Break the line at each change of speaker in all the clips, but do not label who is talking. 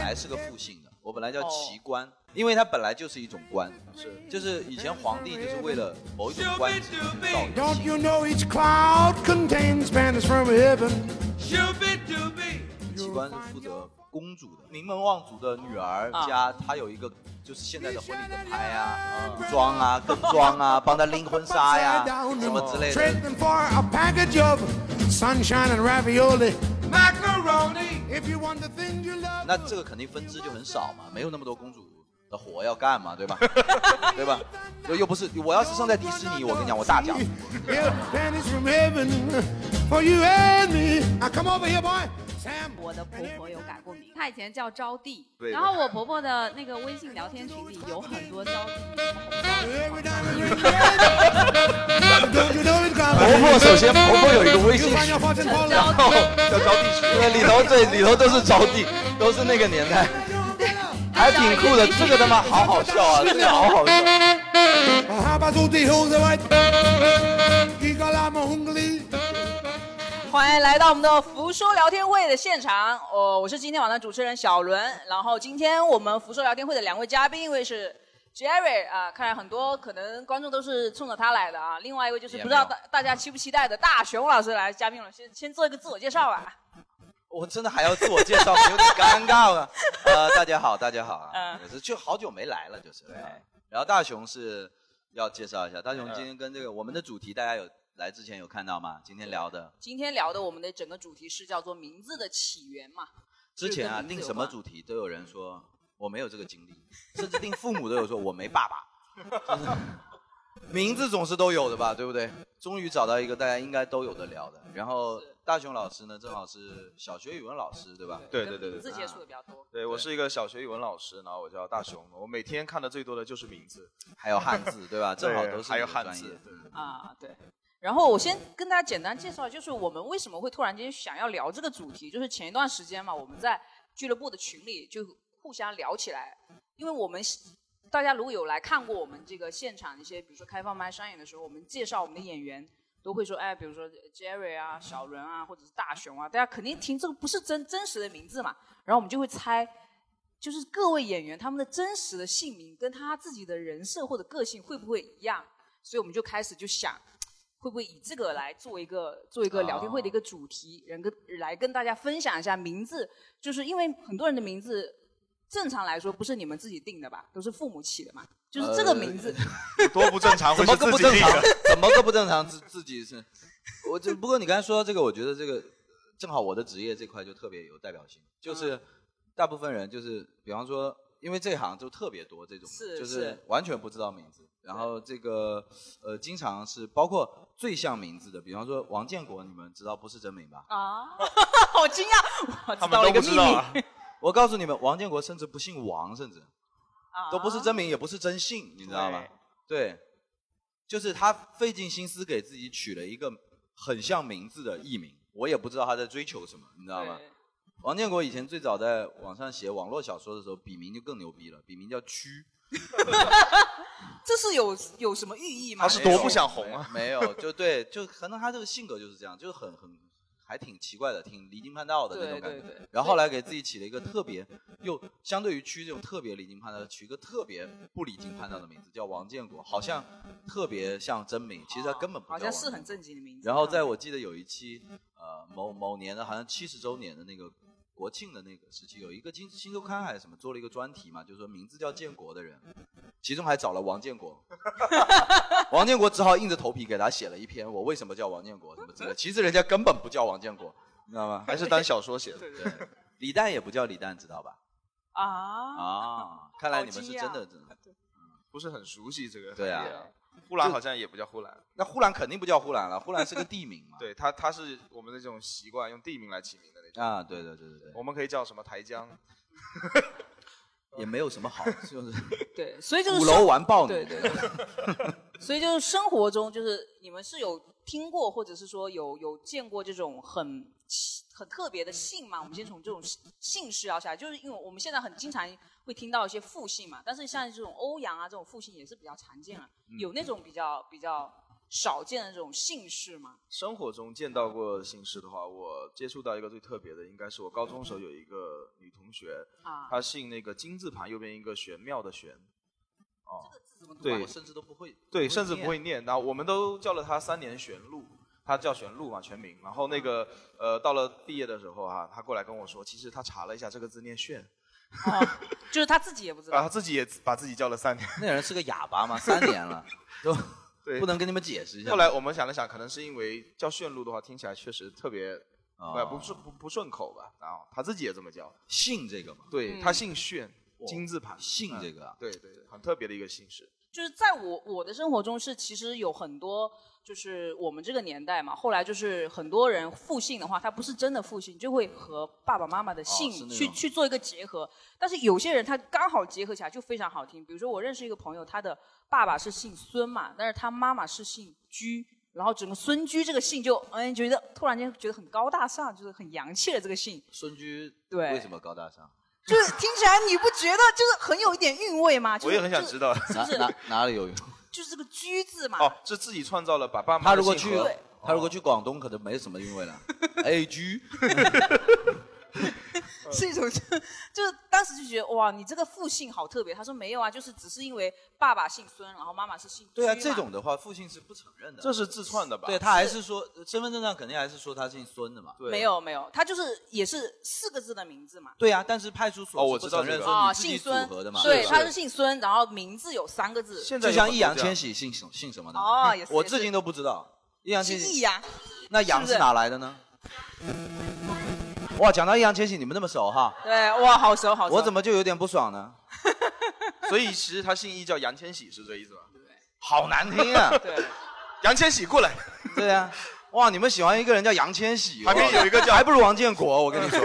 来是个复姓的，我本来叫奇官，因为它本来就是一种官，是，就是以前皇帝就是为了某一种官职造
Don't you know each cloud contains banners from heaven?
的。奇官是负责公主的，名门望族的女儿家，她有一个就是现在的婚礼的牌啊、服装啊、跟妆啊，帮她拎婚纱呀、什么之类的
Trade。them for a package of sunshine and ravioli. Macaroni. If you want the thing you love.
那这个肯定分支就很少嘛，没有那么多公主的活要干嘛，对吧？对吧？又又不是，我要是上在迪士尼，我跟你讲，我大 奖。
Yeah, pennies from heaven for you and me. Now come over here, boy. Sam.
我的婆婆有改过名，她以前叫招娣，
对
然后我婆婆的那个微信聊天群里有很多招娣，
Every diamond ring you wear. Don't you know it's got
婆婆首先婆婆有一个微信群
You find，your fortune
很
caller.
招娣，
叫招娣去，
对，里头对里头都是招娣，都是那个年 代，还挺酷的。这个他妈好好笑啊，这个好好笑。
How about those days, old white? You got a lot more hungry.
欢迎来到我们的福说聊天会的现场，哦，我是今天晚上的主持人小伦。然后今天我们福说聊天会的两位嘉宾，一位是 Jerry 啊、看来很多可能观众都是冲着他来的啊。另外一位就是
也
不知道
没有
大大家期不期待的大熊老师来嘉宾了，先先做一个自我介绍吧。
我真的还要自我介绍，有点尴尬了。呃，大家好，大家好啊，也是就好久没来了，就是。然后大雄是要介绍一下，大雄今天跟这个我们的主题，大家有来之前有看到吗？今天聊的
今天聊的我们的整个主题是叫做名字的起源嘛，
之前
就
啊，
是跟名字
定
有
什么
关
主题都有人说我没有这个经历，甚至定父母都有说我没爸爸，就是名字总是都有的吧，对不对？终于找到一个大家应该都有的聊的。然后大雄老师呢，正好是小学语文老师，对吧？啊
对对
跟
对
名
对
字
对。
接触的比较多。
对，我是一个小学语文老师，然后我叫大熊，我每天看的最多的就是名 字。
还有汉字，对吧？正好
对
都是
还有
你的
汉
专
字
业
对
啊，对。然后我先跟大家简单介绍，就是我们为什么会突然间想要聊这个主题，就是前一段时间嘛，我们在俱乐部的群里就互相聊起来，因为我们大家如果有来看过我们这个现场一些，比如说开放麦商演的时候，我们介绍我们的演员都会说，哎，比如说 Jerry 啊、小伦啊，或者是大熊啊，大家肯定听这个不是真真实的名字嘛，然后我们就会猜，就是各位演员他们的真实的姓名跟他自己的人设或者个性会不会一样，所以我们就开始就想，会不会以这个来做一个做一个聊天会的一个主题，人跟来跟大家分享一下名字，就是因为很多人的名字正常来说不是你们自己定的吧，都是父母起的嘛，就是
呃
这个名 字，
多不正常，
怎么
会是
个
自
不
己
正
定
常
的。？
怎么个不正常？自自己是，我这不过你刚才说到这个，我觉得这个呃正好我的职业这块就特别有代表性，
嗯
就是大部分人就是，比方说，因为这行就特别多这种，
是
就是
是
完全不知道名字，然后这个呃，经常是包括最像名字的，比方说王建国，你们知道不是真名吧？
啊，好惊讶，我
他
知
们
道了
都
一个
不
秘
知
密
道啊，
我告诉你们，王建国甚至不姓王，甚至。
啊
都不是真名，也不是真姓，你知道吗？对，就是他费尽心思给自己取了一个很像名字的艺名，我也不知道他在追求什么，你知道吗？
对
王建国以前最早在网上写网络小说的时候，笔名就更牛逼了，笔名叫屈，
这是有有什么寓意吗？
他是多不想红啊！
没有，就对，就可能他这个性格就是这样，就是很很还挺奇怪的，挺离经叛道的那种
对
感觉。
对对，
然后后来给自己起了一个特别，又相对于区这种特别离经叛道，取一个特别不离经叛道的名字，叫王建国，好像特别像真名，其实他根本不叫
哦好像
王
是很
建
正经的名
国
字。
然后在我记得有一期，呃，某某年的好像七十周年的那个国庆的那个时期，有一个新新周刊还是什么做了一个专题嘛，就是说名字叫建国的人，其中还找了王建 国，王建国只好硬着头皮给他写了一篇我为什么叫王建国什么之 类的，其实人家根本不叫王建国，你知道吗？
还是当小说写的。
对对
对，李诞也不叫李诞，知道吧？
啊，
啊，看来你们是真的真的。
不是很熟悉这个
对啊
行业啊。呼兰好像也不叫呼兰，
那呼兰肯定不叫呼兰了，呼兰是个 地名嘛。
对他他是我们的这种习惯，用地名来起名的那种。
啊，对对对对对，
我们可以叫什么台江，
也没有什么好，就是
对，所以就是
鼓
说
楼完爆你。
对对对， 所以就是生活中，就是你们是有听过，或者是说有有见过这种很很特别的姓吗？我们先从这种姓氏聊起来，就是因为我们现在很经常会听到一些啊
嗯
复姓嘛，但是像这种欧阳啊这种复姓也是比较常见了、有那种比较比较少见的这种姓氏吗？
生活中见到过姓氏的话，我接触到一个最特别的，应该是我高中时候有一个女同学，
啊
她姓那个金字旁右边一个玄妙的玄，哦，
怎么读啊
对
我，甚至都不会，
对，甚至不会念。然后我们都叫了他三年玄露，他叫玄露嘛，全名。然后那
啊
个呃，到了毕业的时候啊，他过来跟我说，其实他查了一下，这个字念炫，
就是他自己也不知
然
道。
啊后他自己也把自己叫了三年。
那人是个哑巴吗？三年 了，都
对
不能跟你们解释一下吗。
后来我们想了想，可能是因为叫炫露的话，听起来确实特别。
哦
不不顺不不顺口吧，然后他自己也这么叫，
姓这个嘛，
嗯
对、他姓炫，金字旁，嗯
姓这个啊，
对对对，很特别的一个姓氏。
就是在我我的生活中是，其实有很多就是我们这个年代嘛，后来就是很多人复姓的话，他不是真的复姓，就会和爸爸妈妈的
哦是
姓
那
去、
种
去做一个结合。但是有些人他刚好结合起来就非常好听，比如说我认识一个朋友，他的爸爸是姓孙嘛，但是他妈妈是姓居。然后整个孙居这个姓就，嗯，觉得突然间觉得很高大上，就是很洋气的这个姓，
孙居
对
为什么高大上？
就是听起来你不觉得就是很有一点韵味 吗？就是、
我也很
啊
想
就是
知道，
哪
是
哪哪里有用？
就是这个居字嘛，
哦，是自己创造了把爸妈
他如果
的
去
姓和
对
他如果去广东，可能没什么韵 味了。A 哎 G
嗯
是一种就 就是当时就觉得哇，你这个复姓好特别。他说没有啊，就是只是因为爸爸姓孙，然后妈妈是姓居
对啊，
嘛
这种的话，父亲是不承认的。
这是自创的吧？
对他还是说身份证上肯定还是说他姓孙的嘛。
对啊
没有没有，他就是也是四个字的名字嘛。
对啊，但是派出所
哦我
是不
知道
承认
这个
说
啊，
你自己
姓
组
孙
合的嘛。
对，
吧
他是姓孙，然后名字有三个字，
现在
就
有
像
很
易
多
烊
这样
千玺姓什姓什么的？
哦也是
我
也
至
是
今都不知道。易烊
是
千玺
易呀。
那羊
是不
是
是
哪来的呢？哇，讲到易烊千玺，你们那么熟哈，
对，哇，好熟好熟。
我怎么就有点不爽呢？
所以其实他姓易叫杨千玺，是这意思吧？
好难听啊！
对？
杨千玺过来，
对啊，哇，你们喜欢一个人叫杨千玺，
旁边
哇
有一个叫
还不如王建国，我跟你说。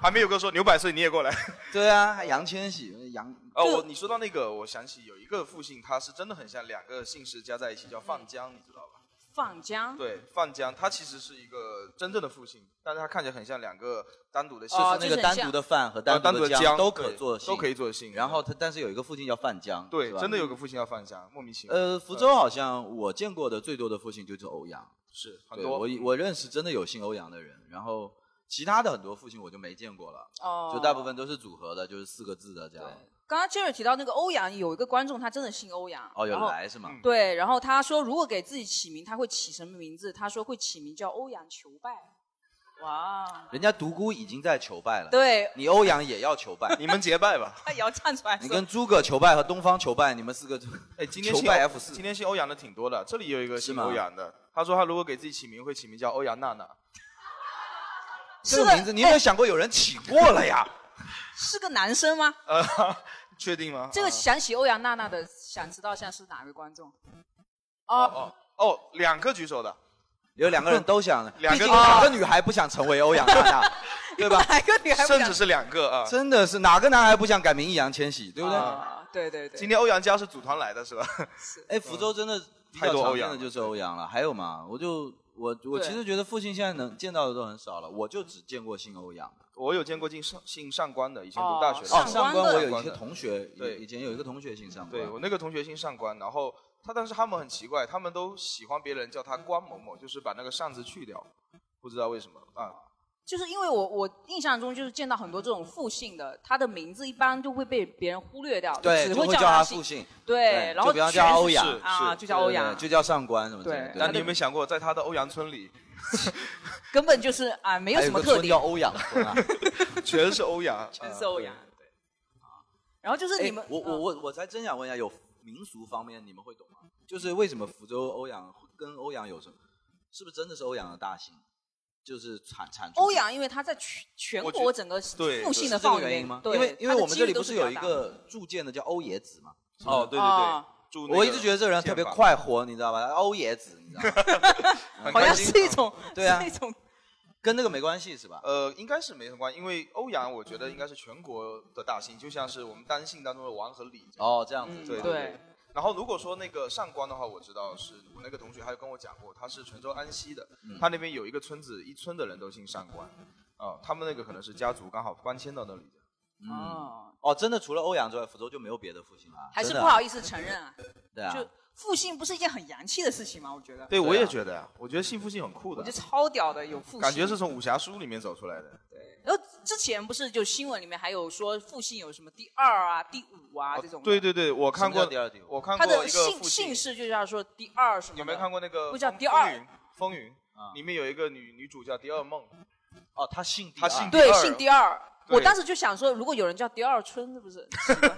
旁边有个说牛百岁，你也过来。
对啊，还杨千玺，杨
哦，我你说到那个，我想起有一个复姓，他是真的很像两个姓氏加在一起叫范江，你知道吧？
放江？
对，范江，他其实是一个真正的复姓，但是他看起来很像两个单独的姓，
哦
就是
就
那个
是很
单
像
独的饭和
呃
单
独
的
的
姜都
对
可做
都可以
以。
做姓。
然后他，但是有一个附近叫范江，
对
是，吧
真的有个复姓叫范江，莫名其妙。
呃，福州好像我见过的最多的父亲就是欧阳，
是很
对
多
我我认识真的有姓欧阳的人，然后其他的很多父亲我就没见过了，
哦，
就大部分都是组合的，就是四个字的这样。
刚刚 Jerry 提到那个欧阳，有一个观众他真的姓欧阳，
哦，有
然后
来是吗？
嗯
对，然后他说如果给自己起名，他会起什么名字？他说会起名叫欧阳求败。哇，
人家独孤已经在求拜了，
对，
你欧阳也要求拜，
你们结拜吧。
他也要站出来
你
说
跟诸葛求拜和东方求拜，你们四个就
哎，今天
求
姓
拜
欧
F 四
今天姓欧阳的挺多的。这里有一个
是
姓
吗
欧阳的，他说他如果给自己起名，会起名叫欧阳娜娜。
这个名字，你有没有想过有人起过了呀？
是个男生吗？
呃，确定吗？
这个
啊
想起欧阳娜娜的，想知道现在是哪个观众？哦，
哦哦哦，两个举手的，
有两
嗯
个人都 想，
两
毕
个
竟
都想
哪个女孩不想成为欧阳娜娜，对吧？
哪个女孩不
甚
想
至是两个啊。
真的是哪个男孩不想改名易烊千玺，对不对？
啊对对对，
今天欧阳家是组团来的是吧？嗯
哎，福州真的比
太
较
多
常
欧
见
阳
的
了
就是欧阳了，还有嘛，我就我我
对
其实觉得附近现在能见到的都很少了，我就只见过姓欧阳的。
我有见过姓上姓上官的，以前
哦
读大学的。
上
哦，
官
上官
的
我有一
官
些
的
同学，
对
以前有一个同学姓上官
对，我那个同学姓上官，然后他但是他们很奇怪，他们都喜欢别人叫他关某某，就是把那个上字去掉，不知道为什么啊。
就是因为我我印象中就是见到很多这种复姓的，他的名字一般就会被别人忽略掉，
对，
只
就会
叫
叫他
姓
父。姓，
对，然后
就比方
全
叫
是
欧阳
姓啊，
是
就叫欧阳
对，就叫上官什么之类
对
的。
他
但你有没有想过，在他的欧阳村里，
根本就是啊，没有
还
什么
个
特
村
点
哎
叫。欧阳村啊？
全是欧阳，
全是
啊
欧阳。对，然后就是
哎
你们，
我我
嗯
我我才真想问一下，有民俗方面你们会懂吗？就是为什么福州欧阳跟欧阳有什么？是不是真的是欧阳的大姓？就是产产出
欧阳，因为他在全全
我觉
国整个
对
复
对
姓
是
的
这
范
个
围
原因吗？
对
因为因
它
为
的
我们这
几率
里不
都
是
比较
有一
大
个铸剑的叫欧冶子嘛？
哦，对对对
哦，
住那个
我一直觉得这个人特别
剑法，
快活，你知道吧？欧冶子，你知道 吧？
很
好像
开心嗯
是一种
对啊
是一种
跟那个没关系是吧？
呃，应该是没什么关系，因为欧阳我觉得应该是全国的大姓，就像是我们单姓当中的王和李。
哦，这样子
嗯
是吧
对
对
然后如果说那个上官的话，我知道是我那个同学，他就跟我讲过，他是泉州安溪的，他那边有一个村子，一村的人都姓上官，啊、他们那个可能是家族刚好搬迁到那里的。
嗯，
哦，
哦，真的除了欧阳之外，福州就没有别的复姓了，
还是
真的
不好意思承认啊，
对啊，
就复姓不是一件很洋气的事情吗？我觉得。
对，我也觉得呀，我觉得幸福性很酷
啊我
的
觉得，超屌的，有复姓。
感觉是从武侠书里面走出来的。
然后之前不是就新闻里面还有说复姓有什么第二啊、第五啊这种的。
哦对对对，我看过
什么叫第二第五
我看
他
过
的
一个
姓
父
姓
亲，
氏就叫说第二什么的。
有没有看过那个
不叫
风
第二
风云风云
啊？
里面有一个女女主叫第二梦，
哦，他姓第
他
二
姓
对
第，二啊
姓第二。
对
我当时就想说，如果有人叫第二春，那不 是很奇怪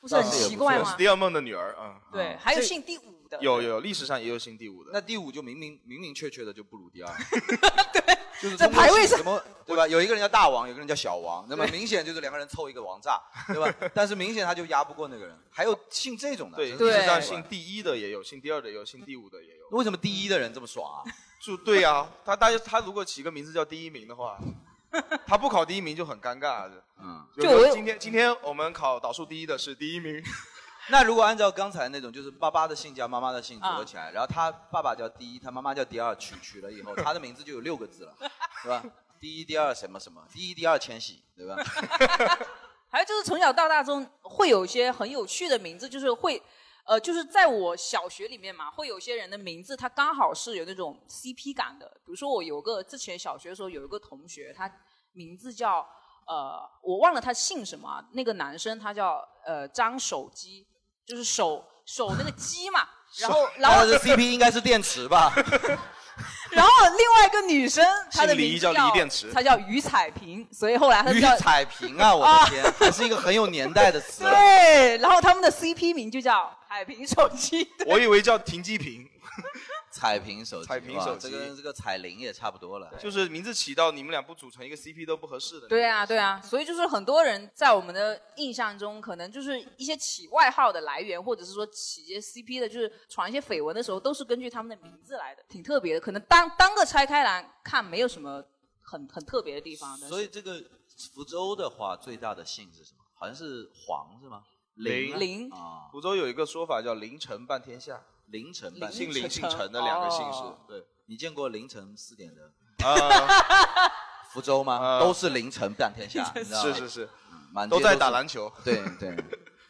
不是很奇怪
我
吗
是？第二梦的女儿啊。嗯
对，还有姓第五的。
有有，历史上也有姓第五的。
那第五就明明明明确确的就不如第 二，对，就是
在
通过
排位
姓
上
什么对吧？有一个人叫大王，有一个人叫小王，那么明显就是两个人凑一个王炸，对吧？但是明显他就压不过那个人。还有姓这种的，
对，
真的
历
是
史上
奇怪
姓第一的也有，姓第二的也有，姓第五的也有。
为什么第一的人这么爽啊？
就对呀、他大家他如果起个名字叫第一名的 话，他不考第一名就很尴尬的。
嗯，
就
有
我
有
有
今天今天我们考导数第一的是第一名，
那如果按照刚才那种，就是爸爸的姓加妈妈的姓组合
啊
起来，然后他爸爸叫第一，他妈妈叫第二，取取了以后，他的名字就有六个字了， 对吧？第一、第二什么什么，第一、第二千玺，对吧？
还有就是从小到大中会有一些很有趣的名字，就是会，呃，就是在我小学里面嘛，会有些人的名字他刚好是有那种 CP 感的。比如说我有个之前小学的时候有一个同学，他名字叫呃，我忘了他姓什么啊，那个男生他叫呃张手机，就是手手那个鸡 嘛。然后，然
他
后，
的 CP 应该是电池吧？
然后另外一个女生，她的
姓黎
名字
叫黎电池
她叫于彩萍，所以后来她
于
叫
彩萍啊，我的天，还是一个很有年代的词。
对，然后他们的 CP 名就叫海平手机。
我以为叫停机坪，
彩屏手机，
彩屏手机
哇这跟这个彩铃也差不多了。
就是名字起到你们俩不组成一个 CP 都不合适的。
对啊，对啊，所以就是很多人在我们的印象中，可能就是一些起外号的来源，或者是说起一些 CP 的，就是传一些绯闻的时候，都是根据他们的名字来的，挺特别的。可能单单个拆开来看，没有什么很很特别的地方。但是
所以这个福州的话，最大的姓是什么？好像是黄是吗？
林
啊
林
啊，
福州有一个说法叫“凌晨半天下
凌晨半”，
凌
姓
夜。
林
晨
姓陈的两个姓氏。
哦
对，
你见过凌晨四点的
啊、
福州吗？
呃
都是凌晨半天下，你知道吗
是是是，
满街
都在
是
打篮球。
对 对，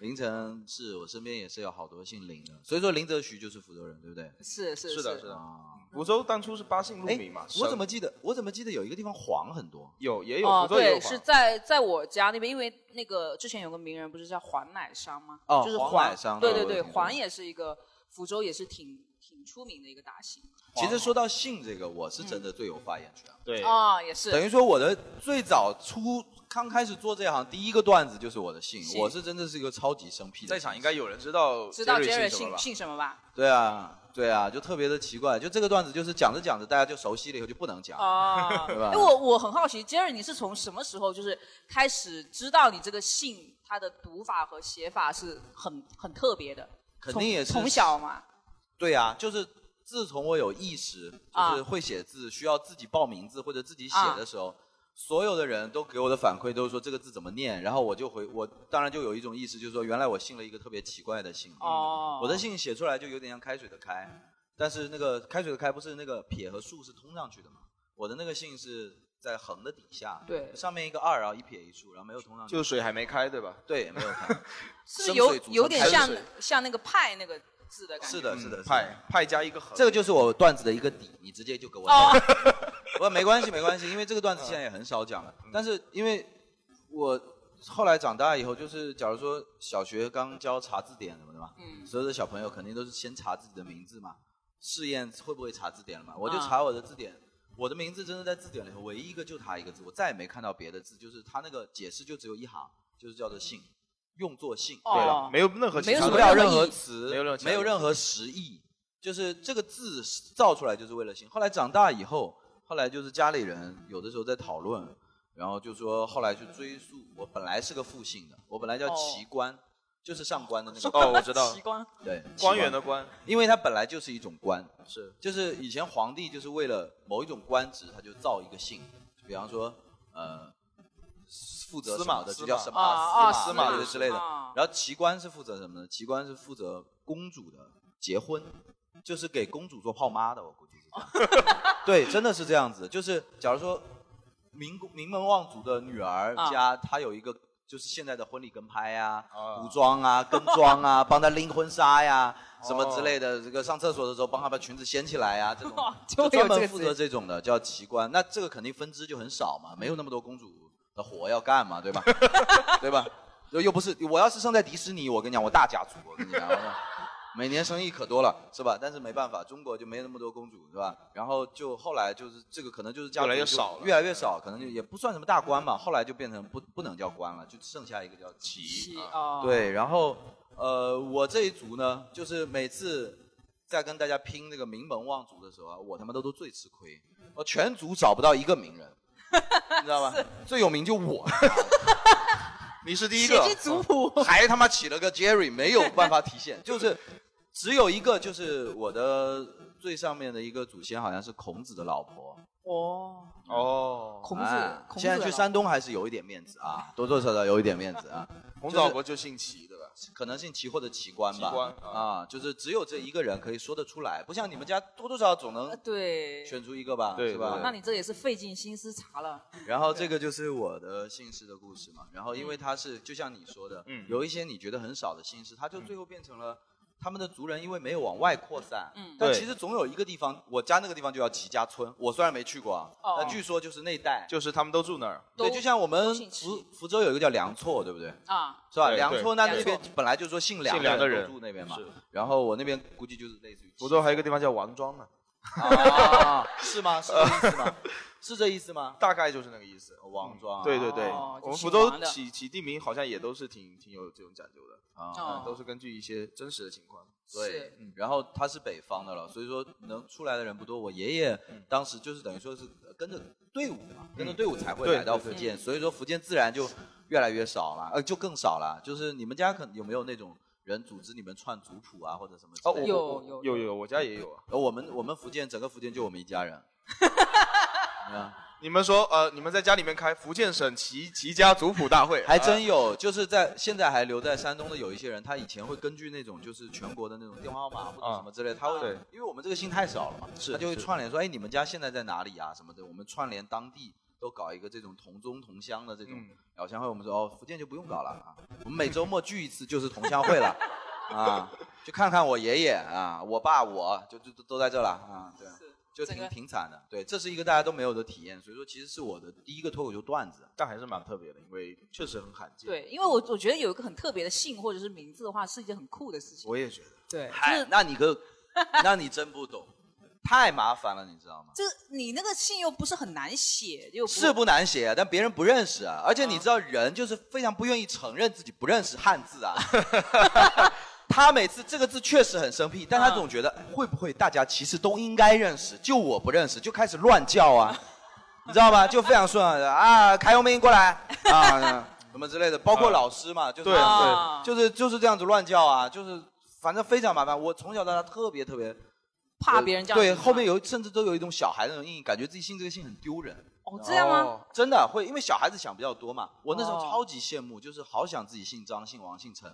凌晨是我身边也是有好多姓林的，所以说林则徐就是福州人，对不对？
是是
是的，是的。
啊，
福州当初是八姓入
哎
闽嘛？，
我怎么记得我怎么记得有一个地方黄很多？
有也有
哦，
福州也有
对，
黄
是在在我家那边，因为那个之前有个名人不是叫黄乃商吗？
哦
就是
黄乃商
对
对
对
我
对，
有听
黄
说
也是一个福州也是挺挺出名的一个大姓
其实说到姓这个，我是真的最有发言权。
对
嗯哦，也是
等于说我的最早出刚开始做这行第一个段子就是我的姓，
姓
我是真的是一个超级生僻的。
在场应该有人知道
知道 Jerry
Jerry 姓什么
姓
吧？
姓什么吧？
对啊，对啊，就特别的奇怪，就这个段子就是讲着讲着大家就熟悉了以后就不能讲。
哦，
啊 对吧
哎，我我很好奇，Jerry 你是从什么时候就是开始知道你这个姓它的读法和写法是很很特别的？
肯
从
定也是
从小嘛，
对啊，就是自从我有意识，就
啊
是会写字，需要自己报名字或者自己写的时候，所有的人都给我的反馈都是说这个字怎么念，然后我就回我当然就有一种意识，就是说原来我姓了一个特别奇怪的姓。
哦，嗯
我的姓写出来就有点像开水的开，但是那个开水的开不是那个撇和竖是通上去的嘛？我的那个姓是在横的底下，
对
上面一个二，然后一撇一竖，然后没有通上去，
就是水还没开，对吧？
对，没有 看，
是不是
深水
有
组成
有点
开
像
水
像那个派那个字的感觉？嗯
是的，是的，是的
嗯派派加一个横，
这个就是我段子的一个底，你直接就给我
哦
讲。 不，没关系，没关系，因为这个段子现在也很少讲了。
嗯
但是因为我后来长大以后，就是假如说小学刚教查字典什么的嘛，
嗯
所有的小朋友肯定都是先查自己的名字嘛，试验会不会查字典了嘛。我就
啊
查我的字典，我的名字真的在字典里头唯一一个就它一个字，我再也没看到别的字，就是它那个解释就只有一行，就是叫做姓，用作姓。
哦
对了，没有任何
没有
其他
除
什
的
么
掉
任
任
何
何
意义
词，
没有任何其他
没有
意义
任何实意，就是这个字造出来就是为了姓。后来长大以后，后来就是家里人有的时候在讨论，然后就说后来去追溯，我本来是个复姓的，我本来叫
哦
奇官，就是上官的那个
哦，我知道
习，惯
对
官员的，官
因为它本来就是一种官，
是
就是以前皇帝就是为了某一种官职，他就造一个姓，比方说呃。负责
司
什
马
么的
司
就叫
马
什么
啊
司
啊
马
司
对
马
之类的
啊。
然后奇官是负责什么呢？奇官是负责公主的结婚，就是给公主做泡妈的，我估计是这 样。对，真的是这样子。就是假如说明公名门望族的女儿
啊
家，她有一个就是现在的婚礼跟拍呀、
啊
古装啊、跟 妆啊，帮他拎婚纱呀、什么
哦
之类的。这个上厕所的时候帮他把裙子掀起来呀、 这种就专门负责这种的叫奇观。那这个肯定分支就很少嘛，没有那么多公主的活要干嘛，对吧？ 对吧？又又不是我要是生在迪士尼，我跟你讲，我大家族，我跟你讲，我每年生意可多了，是吧？但是没办法，中国就没那么多公主，是吧？然后就后来就是这个可能就是家族
越来越
就
少了
越来越少，可能就也不算什么大官嘛。后来就变成不不能叫官了，就剩下一个叫旗。
哦，
对，然后呃，我这一族呢，就是每次在跟大家拼那个名门望族的时候啊，我他妈都都最吃亏，我全族找不到一个名人，你知道吗？最有名就我。 你是第一个，啊
写进族谱
还他妈起了个 Jerry，没有办法体现，就是只有一个，就是我的最上面的一个祖先好像是孔子的老婆，
哦，
哦，
孔子
哎，
孔子
现在
了
去山东还是有一点面子啊，多多少少有一点面子啊。
孔
就
子
是
老婆就姓齐，对吧？
可能姓齐或者奇观吧，
奇观
啊就是只有这一个人可以说得出来，不像你们家多多少少总能
呃对，
选出一个吧，
对
是吧
对？
那你这也是费尽心思查了，
然后这个就是我的姓氏的故事嘛。然后因为它是就像你说的，
嗯
有一些你觉得很少的姓氏，它就最后变成了。他们的族人因为没有往外扩散，
嗯
但
对
其实总有一个地方，我家那个地方就叫齐家村。我虽然没去过啊，
哦
但据说就是那一带，
就是他们都住那儿，
对，
都
就像我们
都姓齐
福福州有一个叫梁厝，对不对？
啊，
是吧？
对
梁
对
厝那那
梁
边
厝
本来就说姓梁
姓梁的人
都住那边嘛
是，
然后我那边估计就是类似于
福州还有一个地方叫王庄呢，
啊，是吗？是这意思 吗？是这意思吗？
大概就是那个意思。
王庄啊
对对对，
哦
我们
就姓
福州
王的
起起地名好像也都是挺挺有这种讲究的，
啊，
哦
嗯，都是根据一些真实的情况。
对
是，
嗯然后他是北方的了，所以说能出来的人不多。我爷爷
嗯
当时就是等于说是跟着队伍嘛，跟着队伍才会
对
来到
对
福建，所以说福建自然就越来越少了，呃，就更少了。就是你们家可有没有那种人组织你们串族谱啊，或者什么之
哦，
类
我
的？
有
有
有
有有，我家也有啊。
呃我们我们福建整个福建就我们一家人。啊。
你们说，呃，你们在家里面开福建省齐齐家族谱大会，啊
还真有，就是在现在还留在山东的有一些人，他以前会根据那种就是全国的那种电话号码或者什么之类，他会
啊对
因为我们这个姓太少了嘛，
是
他就会
是
串联说，哎，你们家现在在哪里啊什么的，我们串联当地都搞一个这种同宗同乡的这种
嗯
老乡会，我们说哦，福建就不用搞了啊，我们每周末聚一次就是同乡 会了啊，就看看我爷爷啊，我爸我就就都都在这了啊，对。就
整
挺
个
挺惨的，对，这是一个大家都没有的体验，所以说其实是我的第一个脱口秀段子，
但还是蛮特别的，因为确实很罕见。，
对，因为我我觉得有一个很特别的姓或者是名字的话，是一件很酷的事情。
我也觉得。
对，
嗨，那你可， 那你真不懂，太麻烦了，你知道吗？
这你那个姓又不是很难写，又不
是不难写啊，但别人不认识啊，而且你知道人就是非常不愿意承认自己不认识汉字啊。 他每次这个字确实很生僻，但他总觉得哎会不会大家其实都应该认识，就我不认识，就开始乱叫啊，你知道吧？就非常顺啊啊，开油明过来啊， 什么之类的，包括老师嘛，就是
对
啊
就是就是这样子乱叫啊，就是反正非常麻烦。我从小到大特别特别
怕别人叫你
呃对，
吗
后面有甚至都有一种小孩的那种阴影，感觉自己姓这个姓很丢人。
哦这样吗？
哦？
真的会，因为小孩子想比较多嘛。我那时候
哦
超级羡慕，就是好想自己姓张、姓王、姓陈，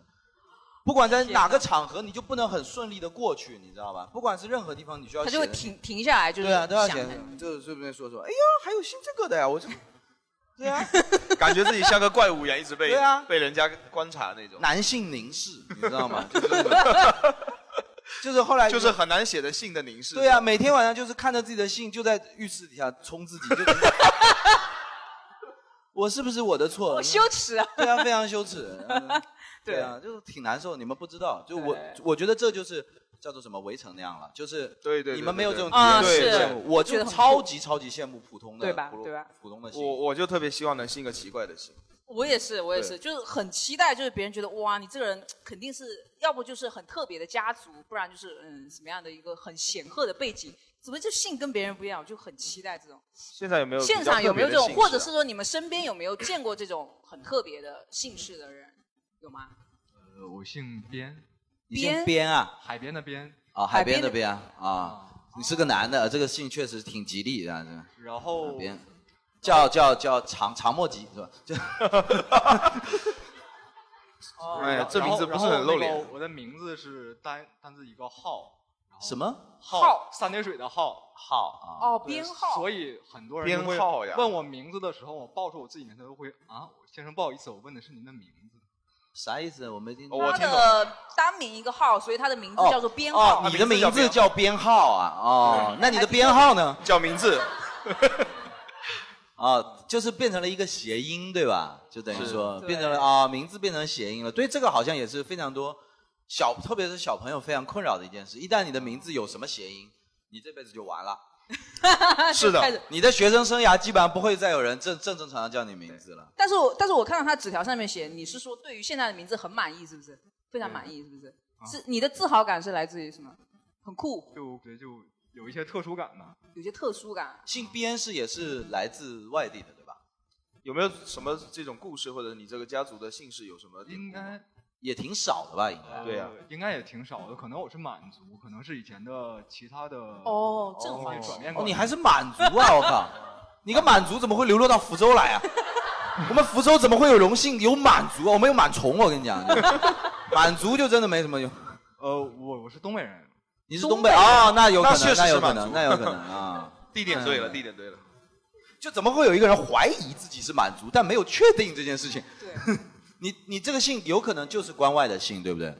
不管在哪个场合，你就不能很顺利的过去，你知道吧？不管是任何地方，你需要
他就会
写
停停下来，就是
对啊，都要
想
写
的，
就是顺便说说，哎呀，还有姓这个
啊
的呀，我这。对 啊，
感觉自己像个怪物一样，一直被
对啊
被人家观察那种，
男性凝视，你知道吗？就是那种 就是后来
就是很难写的信的凝视。
对啊，，每天晚上就是看着自己的信，就在浴室底下冲自己， 就我是不是我的错？
好羞耻啊！
对啊，非常羞耻。嗯
对
对啊，就是挺难受，你们不知道。就我
对，
我觉得这就是叫做什么围城那样了，就是
对对对
你们没有这种体
啊
验，
是
羡慕我
觉
就
得很酷
超级超级羡慕普通的，
对吧
普通
对吧
普通的信，
我我就特别希望能信个奇怪的信。
我也是，我也
对
是，就是很期待，就是别人觉得哇，你这个人肯定是要不就是很特别的家族，不然就是嗯什么样的一个很显赫的背景，怎么就姓跟别人不一样？我就很期待这种。
现在有没有
现场有没有这种，
比较特别的信啊
或者
使
是说你们身边有没有见过这种很特别的姓氏的人？有吗？
呃，我姓边，
你姓
边
边啊
海边的边，
啊，海
海
边
边
的
的
边啊啊，你是个男的，这个姓确实挺吉利的，啊这
然
海
后
边叫叫叫长长莫吉是吧？就
哎呀，这
然
名
后
字不
然
是
哦后
很露
那个
脸。
我的名字是单单字一个浩，
什么？
浩
浩，三点水的浩，浩
哦，
对
编号。
所以很多人
编
都会
号呀
问我名字的时候，我报出我自己名字都会啊，先生不好意思，我问的是您的名字。
啥意思？我没听。
哦我
他
听懂
的单名一个号，所以他的名字叫做编号。啊
哦，你的名字叫编号啊？哦，那你的编号呢？
叫 名字，
啊、就是变成了一个谐音，对吧？就等于说
对
变成了啊、名字变成谐音了。对，这个好像也是非常多小，特别是小朋友非常困扰的一件事。一旦你的名字有什么谐音，你这辈子就完了。
是
开始
的，
你的学生生涯基本上不会再有人正正正常常叫你名字了。
但是我但是我看到他纸条上面写，你是说对于现在的名字很满意，是不是？非常满意，是不是？是你的自豪感是来自于什么？很酷，
就觉得就有一些特殊感吧。
有些特殊感。
姓边是也是来自外地的，对吧？
有没有什么这种故事，或者你这个家族的姓氏有什么典故？
应该
也挺少的吧，应该。
呃
啊对呀
应该也挺少的。可能我是满族，可能是以前的其他的
哦，正
东
好
西转变过
哦，
来。
你还是满族啊！我靠， 你个满族怎么会流落到福州来啊？ 我们福州怎么会有荣幸有满族啊？我们有满虫，我跟你讲， 满族就真的没什么用。
呃，我我是东北人，
你是东北啊、哦？那有可
那确
能，
实
那有
是
可
满族
能，那有可 能 啊！
地点对了，地点对了，
就怎么会有一个人怀疑自己是满族，但没有确定这件事情？
对，
你你这个姓有可能就是关外的姓，对不对？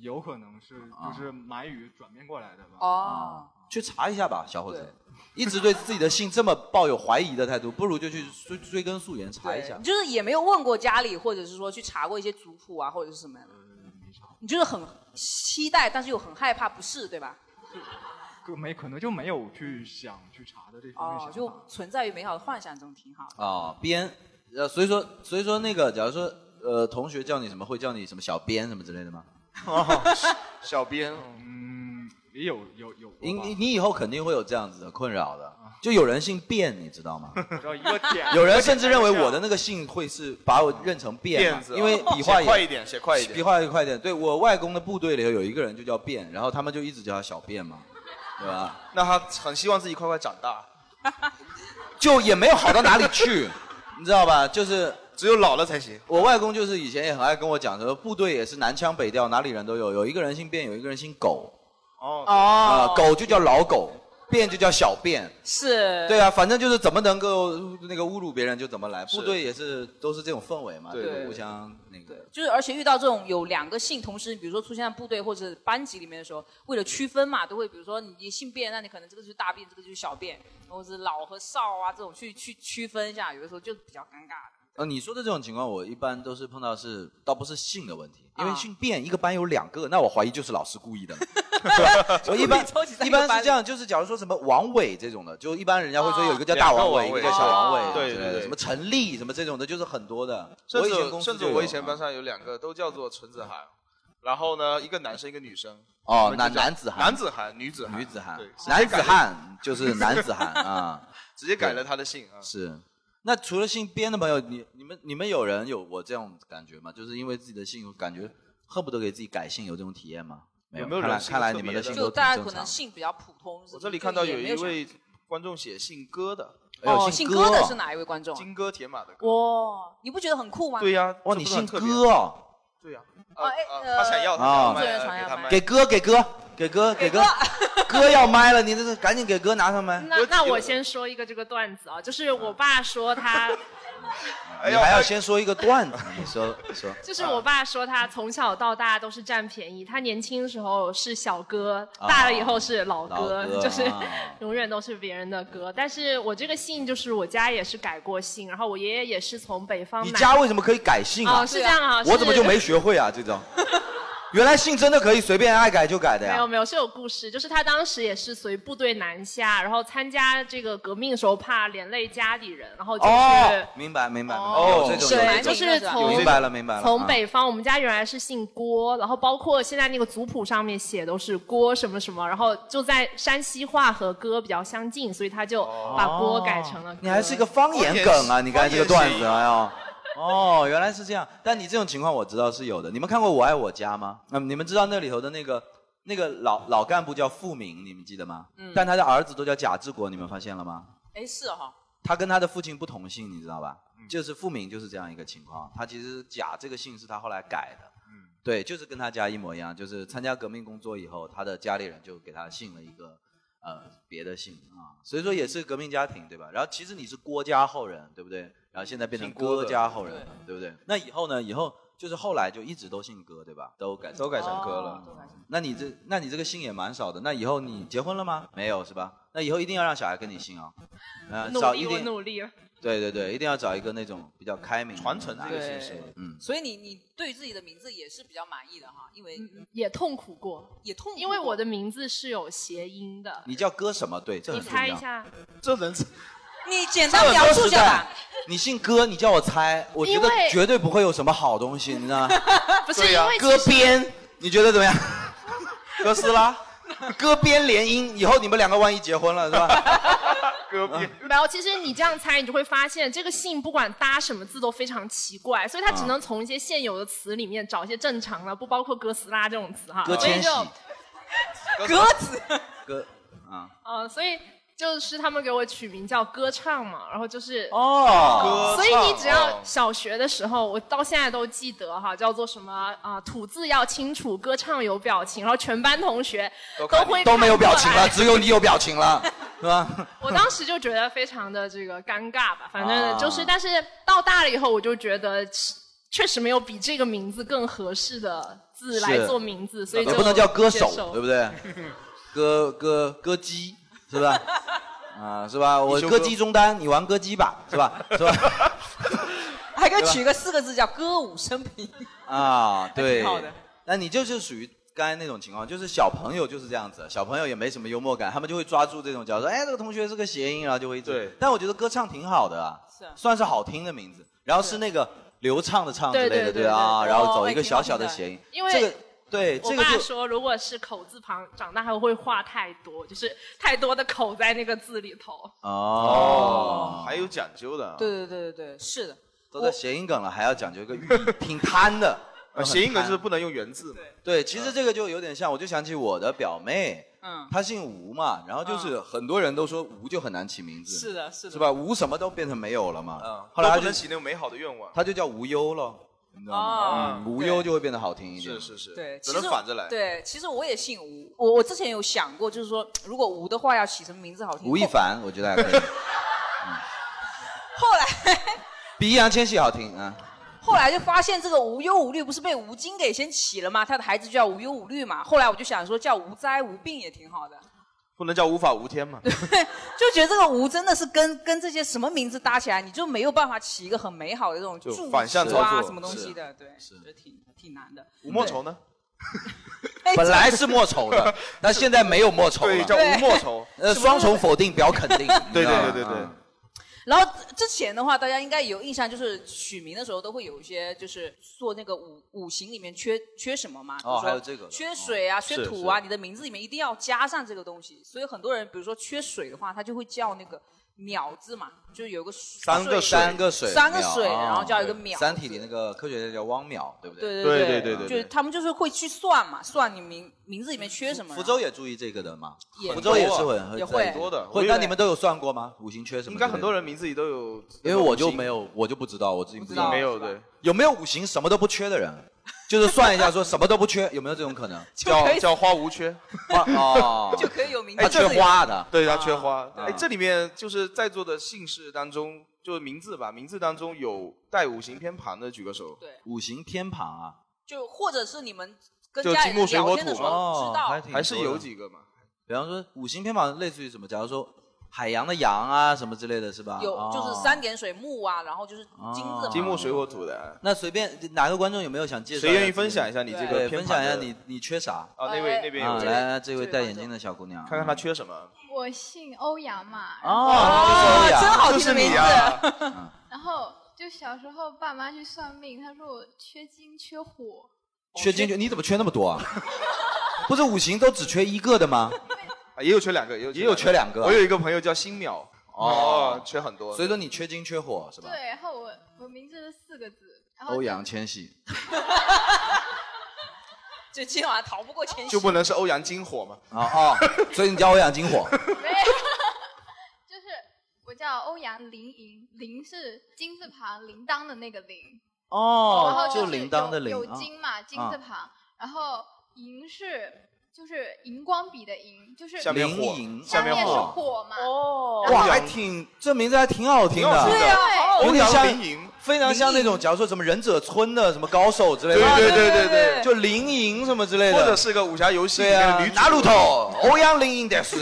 有可能是就是满语转变过来的吧。
哦，
去查一下吧，小伙子
对。
一直对自己的姓这么抱有怀疑的态度，不如就去追追根溯源查一下
你。就是也没有问过家里，或者是说去查过一些族谱啊，或者是什么样的。你就是很期待，但是又很害怕，不是对吧？
可没可能就没有去想去查的这方面
哦
想，法。
就存在于美好的幻想中，挺好。
啊、边呃，所以说所以说那个，假如说呃，同学叫你什么，会叫你什么小边什么之类的吗？哦
小编，
嗯，也有有有过
你
吧
你你以后肯定会有这样子的困扰的，
啊
就有人姓卞，你知道 吗？，
我知道一个点
有人甚至认为我的那个姓会是把我认成卞嘛
辫，子，哦
因为笔画
写快一
也
点，写快一
笔
点，
画也快一点。对我外公的部队里头有一个人就叫卞，然后他们就一直叫他小卞嘛，对吧？
那他很希望自己快快长大，
就也没有好到哪里 去，你知道吧？就是
只有老了才行。
我外公就是以前也很爱跟我讲说，部队也是南腔北调，哪里人都有，有一个人姓卞，有一个人姓狗，
哦，
啊、
哦，
狗就叫老狗，变就叫小变，
呃
是，
对啊，反正就是怎么能够呃那个侮辱别人就怎么来，
是
部队也是都是这种氛围嘛，
对
就
对
互相那个
对，就是而且遇到这种有两个姓同时，比如说出现在部队或者班级里面的时候，为了区分嘛，都会比如说你性变，那你可能这个就是大便，这个就是小便，或者是老和少啊这种去去区分一下，有的时候就比较尴尬的。
呃，你说的这种情况，我一般都是碰到是倒不是姓的问题，因为
啊
姓变一个班有两个，那我怀疑就是老师故 意的了。对吧我一般
抽起三个
一般
班
是这样，就是假如说什么王伟这种的，就一般人家会说有一个叫大
啊两个
王
王
伟，一个
伟啊
叫小王伟啊
哦，
对
之
对
类的
对
什么陈立什么这种的，就是很多的。
甚
我以
至
前公司
甚至
就有
我以前
啊
班上有两个都叫做陈子涵，然后呢，一个男生一个女生，
哦
就
男
叫
男子汉
男子汉，女子汉，
女子汉
对，，
男子汉就是男子汉 啊，
直接改了他的姓啊。
是。那除了姓边的朋友，你你们你们有人有我这种感觉吗？就是因为自己的姓，感觉恨不得给自己改姓，有这种体验吗？没
有没有
看
人
来
姓
看来
特
你们
别
的
的
姓
就
都
大家
挺
可
正
能
常。
姓比较普通。
我这里看到
就
有
是也
一
没什么
位观众写姓戈的，
哎呦
哦，姓
戈
戈的是？哪一位观众啊？
金戈铁马的
哇、
戈。
你不觉得很酷吗？
对呀，
哇，
这
你
不是
姓
很特别
哥哦？
对呀。
啊哎
啊
呃
他想要，他
啊
想要
制
卖呃
作人传
给
要
他
卖
卖
给哥，给哥，给哥，给哥，哥要麦了，你这是赶紧给哥拿上麦。
那那我先说一个这个段子啊，就是我爸说他，
哎
你还要先说一个段子，你说说。
就是我爸说他从小到大都是占便宜，他年轻的时候是小哥，大了以后是老哥，
啊老哥
就是
啊
永远都是别人的哥。但是我这个姓就是我家也是改过姓，然后我爷爷也是从北方
你
买。
家为什么可以改姓啊
哦，？是这样啊，
我怎么
是
就没学会啊？这 种，原来姓真的可以随便爱改就改的
没
呀
有。没有，是有故事，就是他当时也是随部队南下，然后参加这个革命的时候怕连累家里人，然后就是、
哦，明白明白，明白
哦
有这种
对啊
有这
对，
种
就
这
是
种
从
明白了明白了。
从
啊
北方，我们家原来是姓郭，然后包括现在那个族谱上面写都是郭什么什么，然后就在山西话和歌比较相近，所以他就
哦
把郭改成了歌。
你还是一个方言梗啊！你刚才这个段子，哎呦，哦，原来是这样。但你这种情况我知道是有的。你们看过《我爱我家》吗？那、你们知道那里头的那个那个老老干部叫傅明，你们记得吗？
嗯
但他的儿子都叫贾志国，你们发现了吗？
哎，是哈、
他跟他的父亲不同
嗯
嗯
姓，你知道吧？就是傅明就是这样一个情况。他其实贾这个姓是他后来改的。对，就是跟他家一模一样，就是参加革命工作以后，他的家里人就给他姓了一个呃别的姓啊，所以说也是革命家庭，对吧？然后其实你是郭家后人，对不对？然后现在变成
姓郭的
郭家后人了，对不对？那以后呢？以后就是后来就一直都姓郭，对吧？都改
都改成郭了
哦那你这那你这个姓也蛮少的。那以后你结婚了吗？没有是吧？那以后一定要让小孩跟你姓啊、嗯、
努
找一
力，我
定
努
啊
力了。
对对对，一定要找一个那种比较开明的
传承这个
男
姓
的
氏，
嗯，
所以你你对于自己的名字也是比较满意的哈，因为
嗯
也痛苦过，
也痛苦过
因为我的名字是有谐音的。
你叫哥什么？对，这
你
很重要。
猜一下，
这能
你简单描述一下吧。
你姓哥，你叫我猜，我觉得
因为
绝对不会有什么好东西，你知道吗？
不是
对
因
呀
为
哥
其实
边，你觉得怎么样？ 哥斯 拉，哥边联姻，以后你们两个万一结婚了是 吧？嗯
戈壁
没有，其实你这样猜，你就会发现这个姓不管搭什么字都非常奇怪，所以
啊
它只能从一些现有的词里面找一些正常的，不包括哥斯拉这种词哈。
哥
所以
千玺
就，，
鸽子，
哥啊，
嗯、所以就是他们给我取名叫歌唱嘛，然后就是
哦，
所以你只要
哦
小学的时候，我到现在都记得哈，叫做什么啊、吐字要清楚，歌唱有表情，然后全班同学
都
都
看
会
都没有表情
看
了，
过来。
只有你有表情了，是吧？
我当时就觉得非常的这个尴尬吧，反
啊
正就是，但是到大了以后，我就觉得是确实没有比这个名字更合适的字来
是
做名字，所以
也
就
不能叫歌
接
手，
受
对不 对？歌歌歌姬是吧？啊，是吧？我
你修
歌
歌
姬中单，你玩歌姬吧，是吧？是吧？
还可以取个四个字叫歌舞升平。
啊，对
挺好的，
那你就是属于刚才那种情况，就是小朋友就是这样子，小朋友也没什么幽默感，他们就会抓住这种角色，哎，这个同学是个谐音，然后就会一直。
对
但我觉得歌唱挺好的啊，
是啊
算是好听的名字，然后是那个流畅的唱之
对
类的，
对对
啊，
对
然后
哦
走
我
一
也
个
挺
小
好
小的
听的
谐音，
因为
这个对
我
这个
爸
就
说，如果是口字旁，长大还会画太多，就是太多的口在那个字里头。
哦，
还有讲究的啊，
对对对对对，是的。
都在谐音梗了，还要讲究一个寓意，挺贪的
呃，。谐音梗就是不能用原字嘛。嗯
对，其实这个就有点像，我就想起我的表妹，
嗯，
她姓吴嘛，然后
嗯
就是很多人都说吴就很难起名字，
是的，是的，
是？吧？无什么都变成没有了嘛。
嗯，
后来他
都不能
就
起那种美好的愿望。
他就叫无忧了，你知道吗？
哦
嗯无忧就会变得好听一点。
是是是，
对，
只
其实
能反着来。
对，其实我也姓吴，我我之前有想过，就是说如果吴的话要起什么名字好听。
吴亦凡，我觉得还可 以，
后。后来
比易烊千玺好听啊。
后来就发现这个无忧无虑不是被吴京给先起了吗？他的孩子就叫无忧无虑嘛。后来我就想说叫无灾无病也挺好的，
不能叫无法无天嘛。
就觉得这个吴真的是跟跟这些什么名字搭起来，你就没有办法起一个很美好的这种
就
祝
反向
福
操
啊
作
什么东
是
西的，对，就挺挺难的。
吴莫愁呢？哎
哎
本来是莫愁的，但现在没有莫愁
对，叫
了。
吴莫愁。
呃，双重否定表肯定。
对
你知道吗
对对对对
嗯
然后之前的话，大家应该有印象，就是取名的时候都会有一些，就是做那个五五行里面缺缺什么嘛，比如说
哦还有这个的哦
缺水啊、缺
是
土啊，你的名字里面一定要加上这个东西。所以很多人，比如说缺水的话，他就会叫那个淼字嘛，就有个
三
水
个三个水，
三个
淼
水，
啊
然后叫一个
对
淼。
三体里那个科学家叫汪淼，对不
对
对？
对
对
对对对
就是他们就是会去算嘛，算你名名字里面缺什么。
福州
也
也注意这个的嘛，
也
福州也是
多
也
很在意
会
这个
多的我
会
以
那
为
你们都有算过吗？五行缺什么之类的？
应该很多人名字里都有。
因为我就没有，我就不知道，我自己不
不
知
知
道
道
没有 对，
有没有五行什么都不缺的人，就是算一下说什么都不缺， 有没有这种 可能？
叫哎叫花无缺。
花 哦，
就可以有名字。
他缺花的，
对，他缺花。
啊
哎，这里面就是在座的姓氏当中，就是名字吧，名字当中有带五行偏旁的，举个手。
对，
五行偏旁啊，
就或者是你们跟
就
家
金木
人
水火
聊天的
土
时
哦
候知道，
挺
还是
多的
有，几个嘛。
比方说五行偏旁类似于什么？假如说海洋的洋啊什么之类的是吧？
有
哦
就是三。点水木啊，然后就是金字
哦
旁
金木水火土的，
那随便哪个观众有没有想介绍？
谁愿意分享一？下你这
对，
个
分
偏
享
旁
一
的？
下你你缺啥？
啊，那位那边有
啊，
位
来来，这
这
位
位
戴
观
眼镜
众
的小姑娘，嗯
看看他缺什么。
我姓欧阳嘛，
哦，就是欧阳嗯
真好听
就
的
是
名
你
字。
啊！
然后就小时候爸妈去算命，他说我缺金缺火，
缺金缺，你怎么缺那么多啊？ 不是五行都只缺一个的吗？
啊也有缺两个，也有
也有缺两个
我有一个朋友叫新淼，哦，缺很多。
所以说你缺金缺火是吧？
对，然后我我名字是四个字，然后
欧阳千玺，
就今晚逃不过千玺
就。不能是欧阳金火嘛？
啊哦，所以你叫欧阳金火，
就是我叫欧阳林莹，铃是金字旁铃铛的那个铃，然后
哦，
就是
铃铛的铃
有有
啊
金嘛，金字
啊
旁，然后银是就是荧光笔的银，就是
下面火菱银
下面
下面
是
火
火嘛，哦
哇，还挺这名字还啊挺好听的，
对啊好好听
有点像
林
营，
非常像那种，假如说什么忍者村的什么高手之类的，
对对对对对对
就灵营什么之类的，
或者是个武侠游戏里
对
面的
啊
女主，
拿路头，欧阳林营的 是，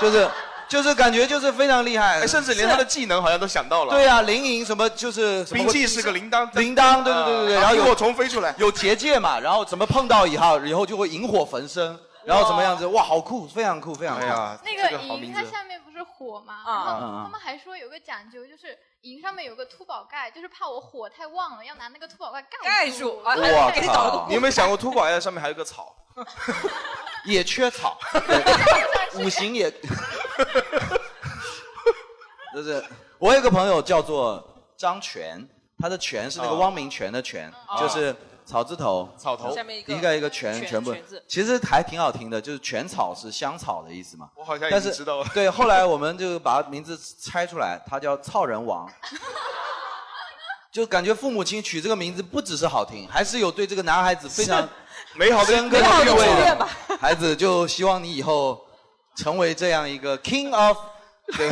就是就是感觉就是非常厉害， 啊
哎甚至连他的技能好像都想到了。
对 啊，灵营什么就是什么
兵器是个铃铛，
铃铛，对对对对对，
啊
然后
萤
有
火虫飞出来，
有结界嘛，然后怎么碰到以后，以后就会引火焚身，然后怎么样子，哇，好酷，非常酷，非常酷，
哎呀
那
这
个
啊好
银
名
它
字，
下面不是火吗？
嗯
然
嗯
后
嗯
他们还说有个讲究，就是银上面有个兔宝盖，就是怕我火太旺了，要拿那个兔宝盖盖住。
啊
哇靠！
你有没有想过，秃宝盖上面还有个草？
也缺草，五行 也，就是我有个朋友叫做张全，他的全是那个
啊
汪明荃的全，
啊
就是草字头，
草头下面一个
一个一个全
全
全部
全字，
其实还挺好听的，就是全草是香草的意思嘛。
我好像已
但
经
是
知道了。
对，后来我们就把名字拆出来，他叫操人 王。就感觉父母亲取这个名字不只是好听，还是有对这个男孩子非常
是美好的
深刻
美好的
地
纪
慰
念
的。 孩子就希望你以后成为这样一个 king of，对。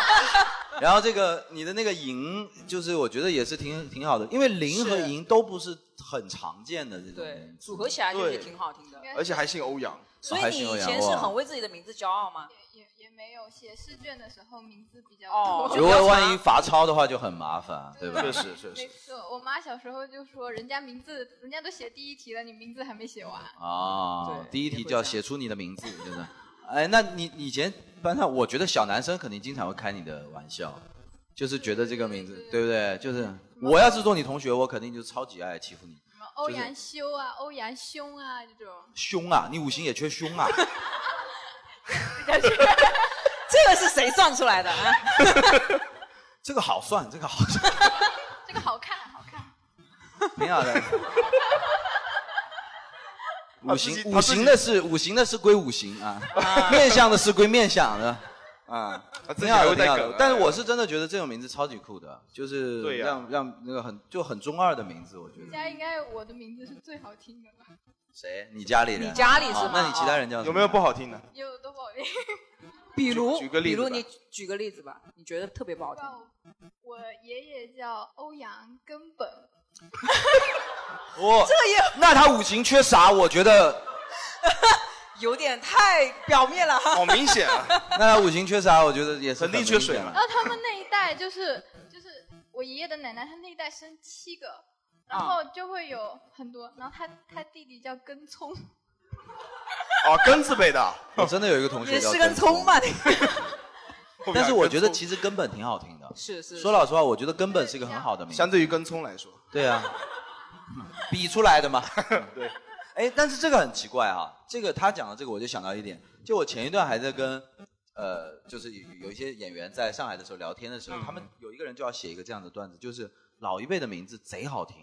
然后这个你的那个银，就是我觉得也是挺挺好的，因为零和银都不是很常见的这种名字。
对，组合起来确实
对
挺好听的。
而且还姓欧阳
所以
还
你
姓欧
以
阳
前是
哇
很为自己的名字骄 傲吗？
也也没有写试卷的时候名字比较
哦
多。
如果万一罚抄的话就很麻烦，对吧？
确实确
没错，我妈小时候就说，人家名字人家都写第一题了，你名字还没写完。
哦，第一题就要写出你的名字，真的。哎，那你你以前班上，我觉得小男生肯定经常会开你的玩笑，就是觉得这个名字，对不对？就是我要是做你同学，我肯定就超级爱欺负你。
什么欧阳修啊，欧阳兄啊这种。
凶啊，你五行也缺凶啊，
这个是谁算出来的 啊？
这个好算，这个好算，
这个好 看，好看。
挺好的。 五
啊他自
行
己
五行的是五行的是归五行啊， 面相的是归面相的，啊，
自己
挺好
还
的
会
挺
带
好
梗
的
啊。
但是我是真的觉得这种名字超级酷的，就是
对呀
让、让那个很就很中二的名字，我觉
人
得。
家应该我的名字是最好听的吧？
嗯谁？你家里人？
你家里是
哦
吗
那你其他人叫
有没有不好听的？
有多不好听？
比如，
举举个例子
比如
吧
你举个例子吧，你觉得特别不好听。
我爷爷叫欧阳根本，
哦，
这也
那他五行缺啥？我觉得
有点太表面了。
好明显 啊！
那他五行缺啥？我觉得也是
肯定
很
缺水
明显
嘛
然后他们那一代就是就是我爷爷的奶奶，她那一代生七个，然后就会有很多，然后他他弟弟叫根葱，
哦，根字辈的，
我真的有一个同学
也
叫
是根葱吧？你
但是我觉得其实根本挺好听的。
是是
说老实话，我觉得根本是一个很好的名字。
相对于根葱来说，
对啊， 比出来的 嘛。对。哎，但是这个很奇怪啊，这个他讲的这个，我就想到一点，就我前一段还在跟，呃，就是有有一些演员在上海的时候聊天的时
嗯
候，他们有一个人就要写一个这样的段子，就是老一辈的名字贼好听，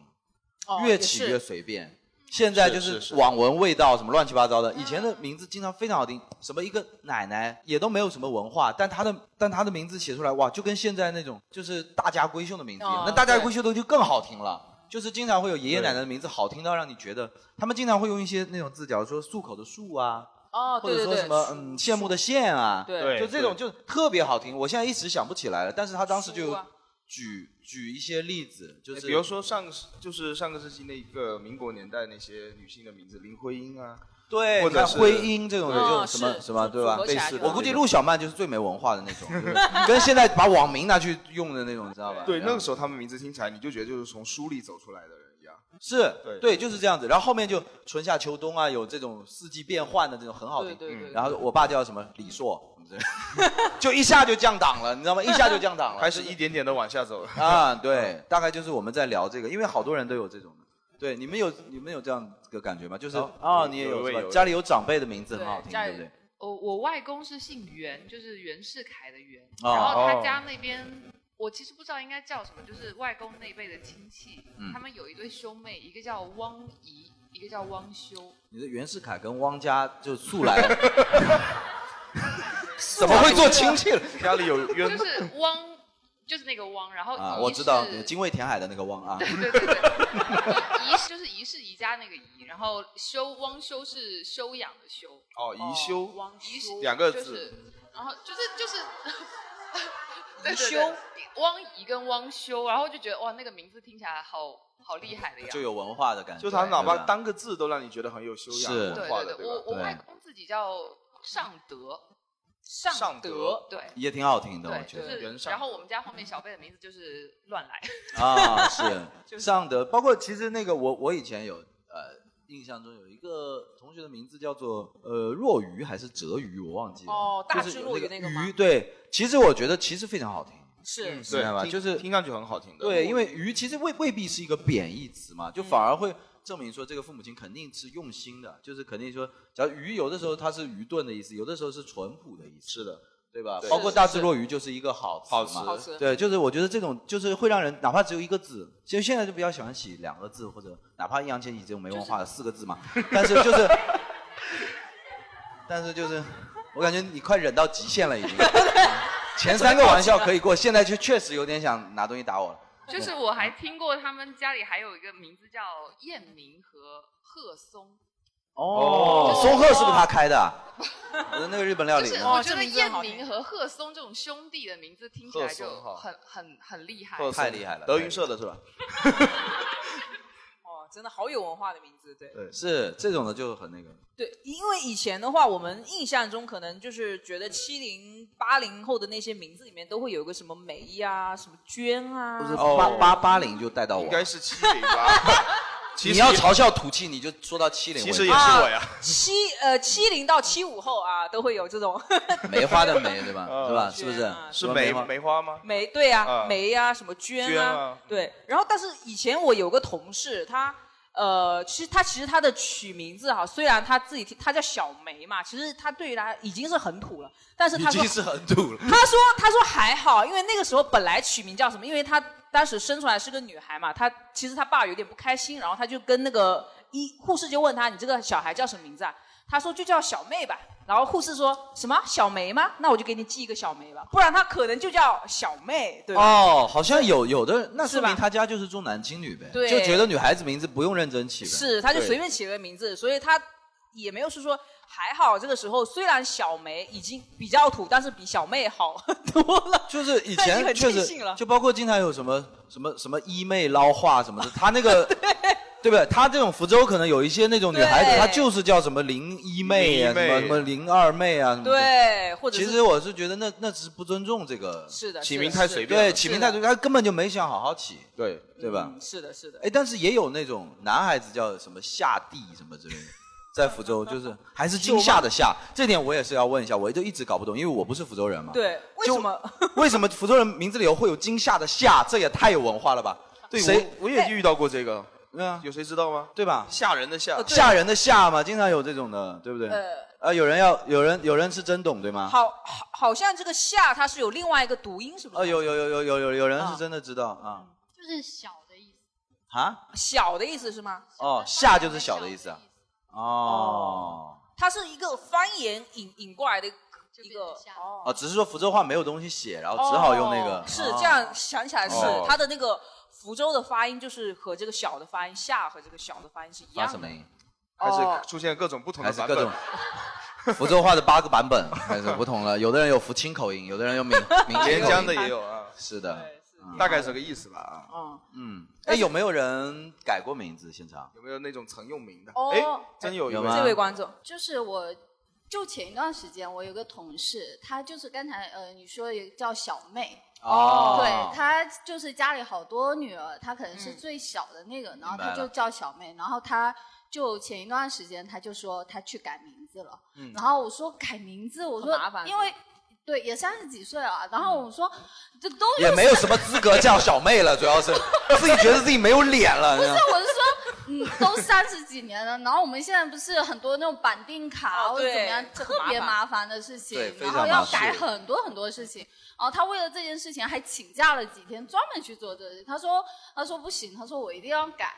哦
越起越随便。现在就是是
是
网文味道什么乱七八糟的，以
嗯
前的名字经常非常好听，什么一个奶奶也都没有什么文化，但她的但她的名字写出来哇，就跟现在那种就是大家闺秀的名字一样，
哦
那大家
对
闺秀的就更好听了。就是经常会有爷爷奶奶的名字好听到让你觉得，他们经常会用一些那种字，假如说漱口的漱啊，
哦，
或
对
者
对
说
对，
什么嗯羡慕的羡啊，
对
就这种
对
就特别好听。我现在一时想不起来了，但是他当时就
漱啊
举举一些例子，就是
哎比如说上个世就是上个世纪那个民国年代那些女性的名字，林徽因啊，
对，
或
你看
者是
徽因这种
对
这
哦
种什么什么对吧？
类似的
我估计陆小曼就是最没文化的那种，就是跟现在把网名拿去用的那种，你知道吧？嗯
对
然后
那个时候他们名字听起来，你就觉得就是从书里走出来的人一样。
是
对
对，就是这样子。然后后面就春夏秋冬啊，有这种四季变换的这种很好听。
对对对对
然后我爸叫什么李硕，什么之类的 就一下就降档了，你知道吗？一下就降档了，
开始一点点的往下走了。
啊，对，大概就是我们在聊这个，因为好多人都有这种的。对，你们有你们有这样的感觉吗？就是
有
啊，
有
你也
有一
有
位
是吧
有一？位
家里有长辈的名字
对
很好听，
家
对
里
不对？
我我外公是姓袁，就是袁世凯的袁，
哦
然后他家那边。我其实不知道应该叫什么，就是外公那一辈的亲戚，
嗯
他们有一对兄妹，一个叫汪怡，一个叫汪修。
你的袁世凯跟汪家就素来， 怎么会做亲戚了？
家里有冤
就是汪，就是那个汪，
哦
然后
啊，
仪
我知道
是
精卫填海的那个汪啊，
仪是就是仪是宜家那个仪，然后修汪修是修养的修。
哦，宜修，
汪修
两个
就
字
是，然后就是就是， 对
宜
对
修
对，汪怡跟汪修，然后就觉得哇，那个名字听起来好好厉害的样子。
就有文化的感觉，
就他哪
对吧
怕单个字都让你觉得很有修养、
是
有文化的，
对对，
吧
我？我外公自己叫尚德，尚
尚德
对，
也挺好听的，我
对，
觉
就
得。
是然后我们家后面小贝的名字就是乱来
啊，是上德，包括其实那个我我以前有呃印象中有一个同学的名字叫做呃若愚还是哲愚，我忘记了。
哦大
就是
智
有
若
那
愚那个吗
愚对，其实我觉得其实非常好听。
是
嗯明白吧？
听
就是
听上去很好听的。
嗯
嗯
对，因为愚其实未未必是一个贬义词嘛，就反而会证明说这个父母亲肯定是用心的，就是肯定说，假如愚有的时候它是愚钝的意思，有的时候是淳朴的意思。是的。对吧？
对
包括
是
大
是
智若愚就是一个好词
好
嘛，
词好词
对，就是我觉得这种就是会让人哪怕只有一个字，其实现在就比较喜欢写两个字或者哪怕易烊千玺这种没文化的四个字嘛， 但是就是，但是就是，我感觉你快忍到极限了已 经。前三个玩笑可以过，现在就确实有点想拿东西打我了。
就是我还听过他们家里还有一个名字叫燕明和贺松，
哦，松鹤是不是他开 的啊？那个日本料理啊
就
吗。
哦
是我觉得燕明和贺松这种兄弟的名字听起来就
贺松哈
很很很厉害，
太厉害了，
德云
社的是吧？
哦，真的好有文化的名字，对。
对，是这种的就很那个。
对，因为以前的话，我们印象中可能就是觉得七零八零后的那些名字里面都会有一个什么梅啊、什么娟啊，
不是
什么
八八八零就带到我，
应该是七 零吧。
你要嘲笑土气，你就说到七零。
其实也是我呀
啊
七呃七零到七五后啊，都会有这种
梅花的梅对吧？
嗯
是吧？是不是？
啊
是
吧
梅
花
梅花吗？
梅对啊
啊，
梅啊，什么娟
娟
啊
啊，
对。然后，但是以前我有个同事，他呃，其实他其实他的取名字哈，虽然他自己他叫小梅嘛，其实他对于他已经是很土了，但是
已
他说
经是很土了。
他说他说还好，因为那个时候本来取名叫什么，因为他当时生出来是个女孩嘛，他其实他爸有点不开心，然后他就跟那个呃医护士就问他，你这个小孩叫什么名字啊？他说就叫小妹吧。然后护士说什么小梅吗？那我就给你寄一个小梅吧，不然她可能就叫小妹，对吧？
哦，好像有有的，那
是
说
吧
明他家就是重男轻女呗，
对
就觉得女孩子名字不用认真起呗。
是，他就
对
随便起了个名字，所以他也没有是说还好。这个时候虽然小梅已经比较土，但是比小妹好 多了。
就是以
他已经
前
很尽
确实
兴了，
就包括经常有什么什么什么一妹捞话什么的，他 那个对不对？他这种福州可能有一些那种女孩子，
对
她就是叫什么林一妹啊，
E 林一妹
什么什么林二妹啊，什么的。
对，或者
其
是
实我是觉得那那只是不尊重这个
是的
起名太随便了
对，起名太随便，他根本就没想好好起，
对
对吧？
嗯是的，是的，
哎，但是也有那种男孩子叫什么下地什么之类的，在福州就是还是惊吓的吓，这点我也是要问一下，我就一直搞不懂，因为我不是福州人嘛。，
对，为什么？
为什么福州人名字里头会有惊吓的吓？这也太有文化了吧？
对，
谁
我我也遇到过这个，
嗯，
有谁知道吗？
对吧？
吓人的吓，
呃吓人的吓嘛，经常有这种的，对不对？
呃，
啊，有人要有人有人是真懂对吗？
好，好，好像这个夏它是有另外一个读音，是不
啊，
是？
有有有有有有有人是真的知道啊
就是小的意思。
啊
小的意思是吗？
哦，下就是小的意思啊。哦
它是一个方言引引过来的一个哦，
哦，只是说福州话没有东西写，然后只好用那个。
哦是
哦
这。样想起来是
哦
它的那个福州的发音，就是和这个小的发音夏和这个小的发音是一
发
样
什
的
么。音？
还
哦
是出现各种不同
还
的
是
版
各
本
种。福州话的八个版本，还是不同了。有的人有福清口音，有的人有闽闽西口音
连江的也有。啊，
是的，
大概是个意思吧啊。
嗯
嗯，哎，有没有人改过名字？现场
有没有那种曾用名的？
哦
哎，真有一
有
位
吗
这位观众，
就是我，就前一段时间，我有个同事，她就是刚才呃你说有个叫小妹，
哦
对她就是家里好多女儿，她可能是最小的那个，然后
嗯明白
她
了
就叫小妹，然后她就前一段时间她就说她去改名字了，
嗯
然后我说改名字，我说
麻烦
因为。对，也三十几岁了，然后我说，这都
嗯 也没有什么资格叫小妹了，主要 是自己觉得自己没有脸了。
不是，我是说，嗯，都三十几年了，然后我们现在不是很多那种绑定卡
哦
或者怎么样
对，这很
特别
麻烦
麻烦的事情
对非，
然
常
后要
麻烦
改很多很多事情。然后他为了这件事情还请假了几天，专门去做这个事情。他说，他说不行，他说我一定要改。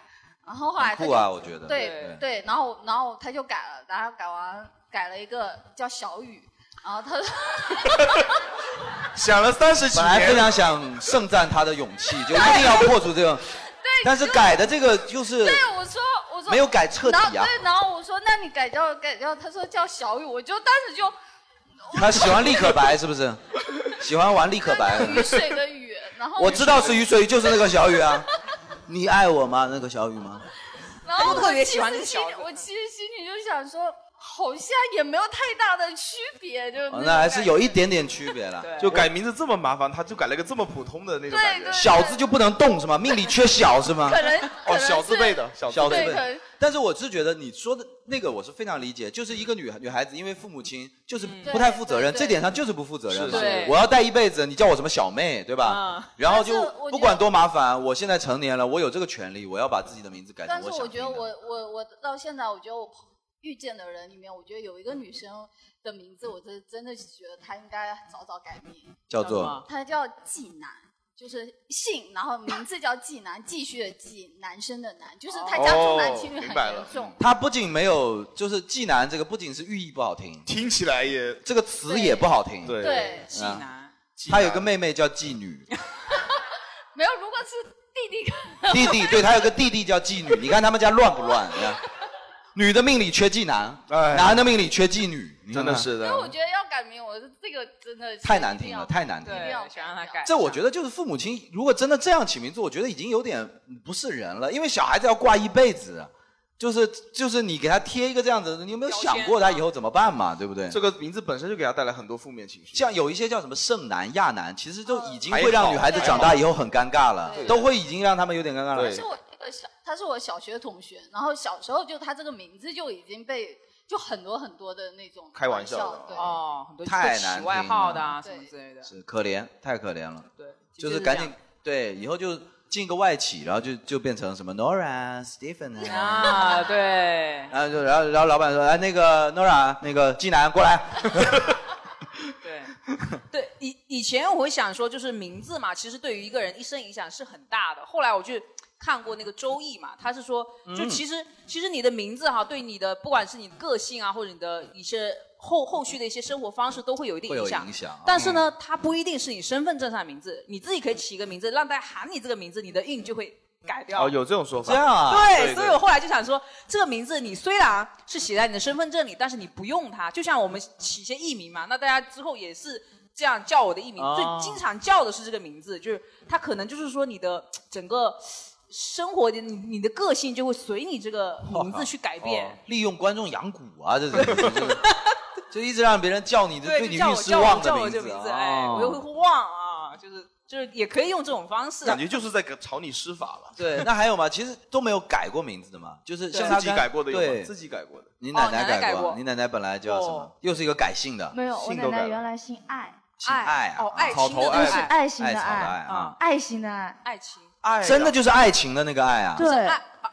然后后来他就
很酷啊我觉得
对
对
对，然后然后他就改了，然后改完改了一个叫小雨，然后他说。
想了三十几
本
年，
来非常 想盛赞他的勇气，就一啊定要破除这种，
对，
但是
就
改的这个就是
对，我说我说
没有改彻底啊
然后对，然后我说那你改叫改叫，他说叫小雨，我就当时就
他喜欢立可白是不是？喜欢玩立可白。
雨水的雨，然后
我知道是鱼水，就是那个小雨啊。你爱我吗？那个小雨吗？
然后
我特别喜欢
我其实
这小
心里我其实心里就想说，好像也没有太大的区别，就
哦
种
那还是有一
感
点点区别了。
就改名字这么麻烦，他就改了个这么普通的那种感觉。
小字就不能动是吗？命里缺小是吗？
可能可能
哦，小字辈的，小字
啊小字
辈
辈
的。
的。但是我是觉得你说的那个，我是非常理解，就是一个女女孩子，因为父母亲就是
嗯
不太负责任，
对对
这点上就是不负责任嘛。
是是
我要带一辈子，你叫我什么小妹，对吧？
嗯
然后就
但是我觉得
不管多麻烦，我现在成年了，我有这个权利，我要把自己的名字改成
但是
想
我觉得我我我到现在，我觉得我碰遇见的人里面，我觉得有一个女生的名字，我真真的觉得她应该早早改名，
叫做
她叫纪南。就是姓，然后名字叫纪南，继续的继，男生的男，就是她家重
哦
男轻女很严重。
他不仅没有，就是“男”这个不仅是寓意不好听，
听起来也
这个词也不好听。
对对
嗯
济南，
他有个妹妹叫妓女，
没有，如果是弟弟可能
弟弟 对他有个弟弟叫妓 女。你看他们家乱不乱？你看女的命里缺妓男，男的命里缺妓女，你看
哎真的
看
是
所以我觉得要改名，我这个真的是
太难听
一定
了，
要
太难听
一
了
定。要想让他改啊
这我觉得就是父母亲如果真的这样起名字，我觉得已经有点不是人了，因为小孩子要挂一辈子，就是就是你给他贴一个这样子，你有没有想过他以后怎么办嘛？对不对？
这个名字本身就给他带来很多负面情绪。
像有一些叫什么剩男、亚男，其实就已经
还
会让
好
女孩子
还
长大
好
以后很尴尬了
对，
都会已经让他们有点尴尬了
他。是我一个小，他是我小学同学，然后小时候就他这个名字就已经被就很多很多的那种
开玩笑的
笑，对
哦，很多
太
起
难
外
听
号
了
的啊什
对
么之类的。
是可怜，太可怜了。
对，
就是是
这
赶紧
样
对，以后就进个外企，然后就就变成什么 Nora、Stephen
啊，对
然后就然后然后老板说，哎，那个 Nora，那个季南过来，
对，以以前我会想说，就是名字嘛，其实对于一个人一生影响是很大的。后来我就看过那个《周易》嘛，他是说，就
嗯
其实、其实你的名字哈，对你的不管是你的个性啊，或者你的一些后后续的一些生活方式，都会有一定
会有
影响。
影响啊
但是呢，它不一定是你身份证上的名字，你自己可以起一个名字，让大家喊你这个名字，你的运就会改掉。
哦，有这种说法。
这样啊
对，所以我后来就想说，这个名字你虽然是写在你的身份证里，但是你不用它，就像我们起一些艺名嘛，那大家之后也是这样叫我的艺名，
哦
最经常叫的是这个名字，就是它可能就是说你的整个生活的你你的个性就会随你这个名字去改变。
哦利用观众养蛊啊，这是就是就一直让别人叫你，
对，
你
就叫
运
我
失
叫我
望
叫
的
我这
字
个名字，哎，
啊
我。又会忘啊，就是就是也可以用这种方式，啊
感觉就是在给朝你施法了。
对，那还有吗？其实都没有改过名字的嘛，就是像他
自己改过的有吗
对？
自己改过的。
你奶
哦奶奶
奶
改
过，
过
你奶奶本来叫什么？
哦
又是一个改姓的，
没有，我
姓
奶
都改
奶
了
原来姓爱，
姓爱啊
哦爱
草
情的
头
那个
是
爱，
爱情的
草
爱
爱啊，
爱情的爱，
爱情，
真的就是爱情的那个爱啊。
对，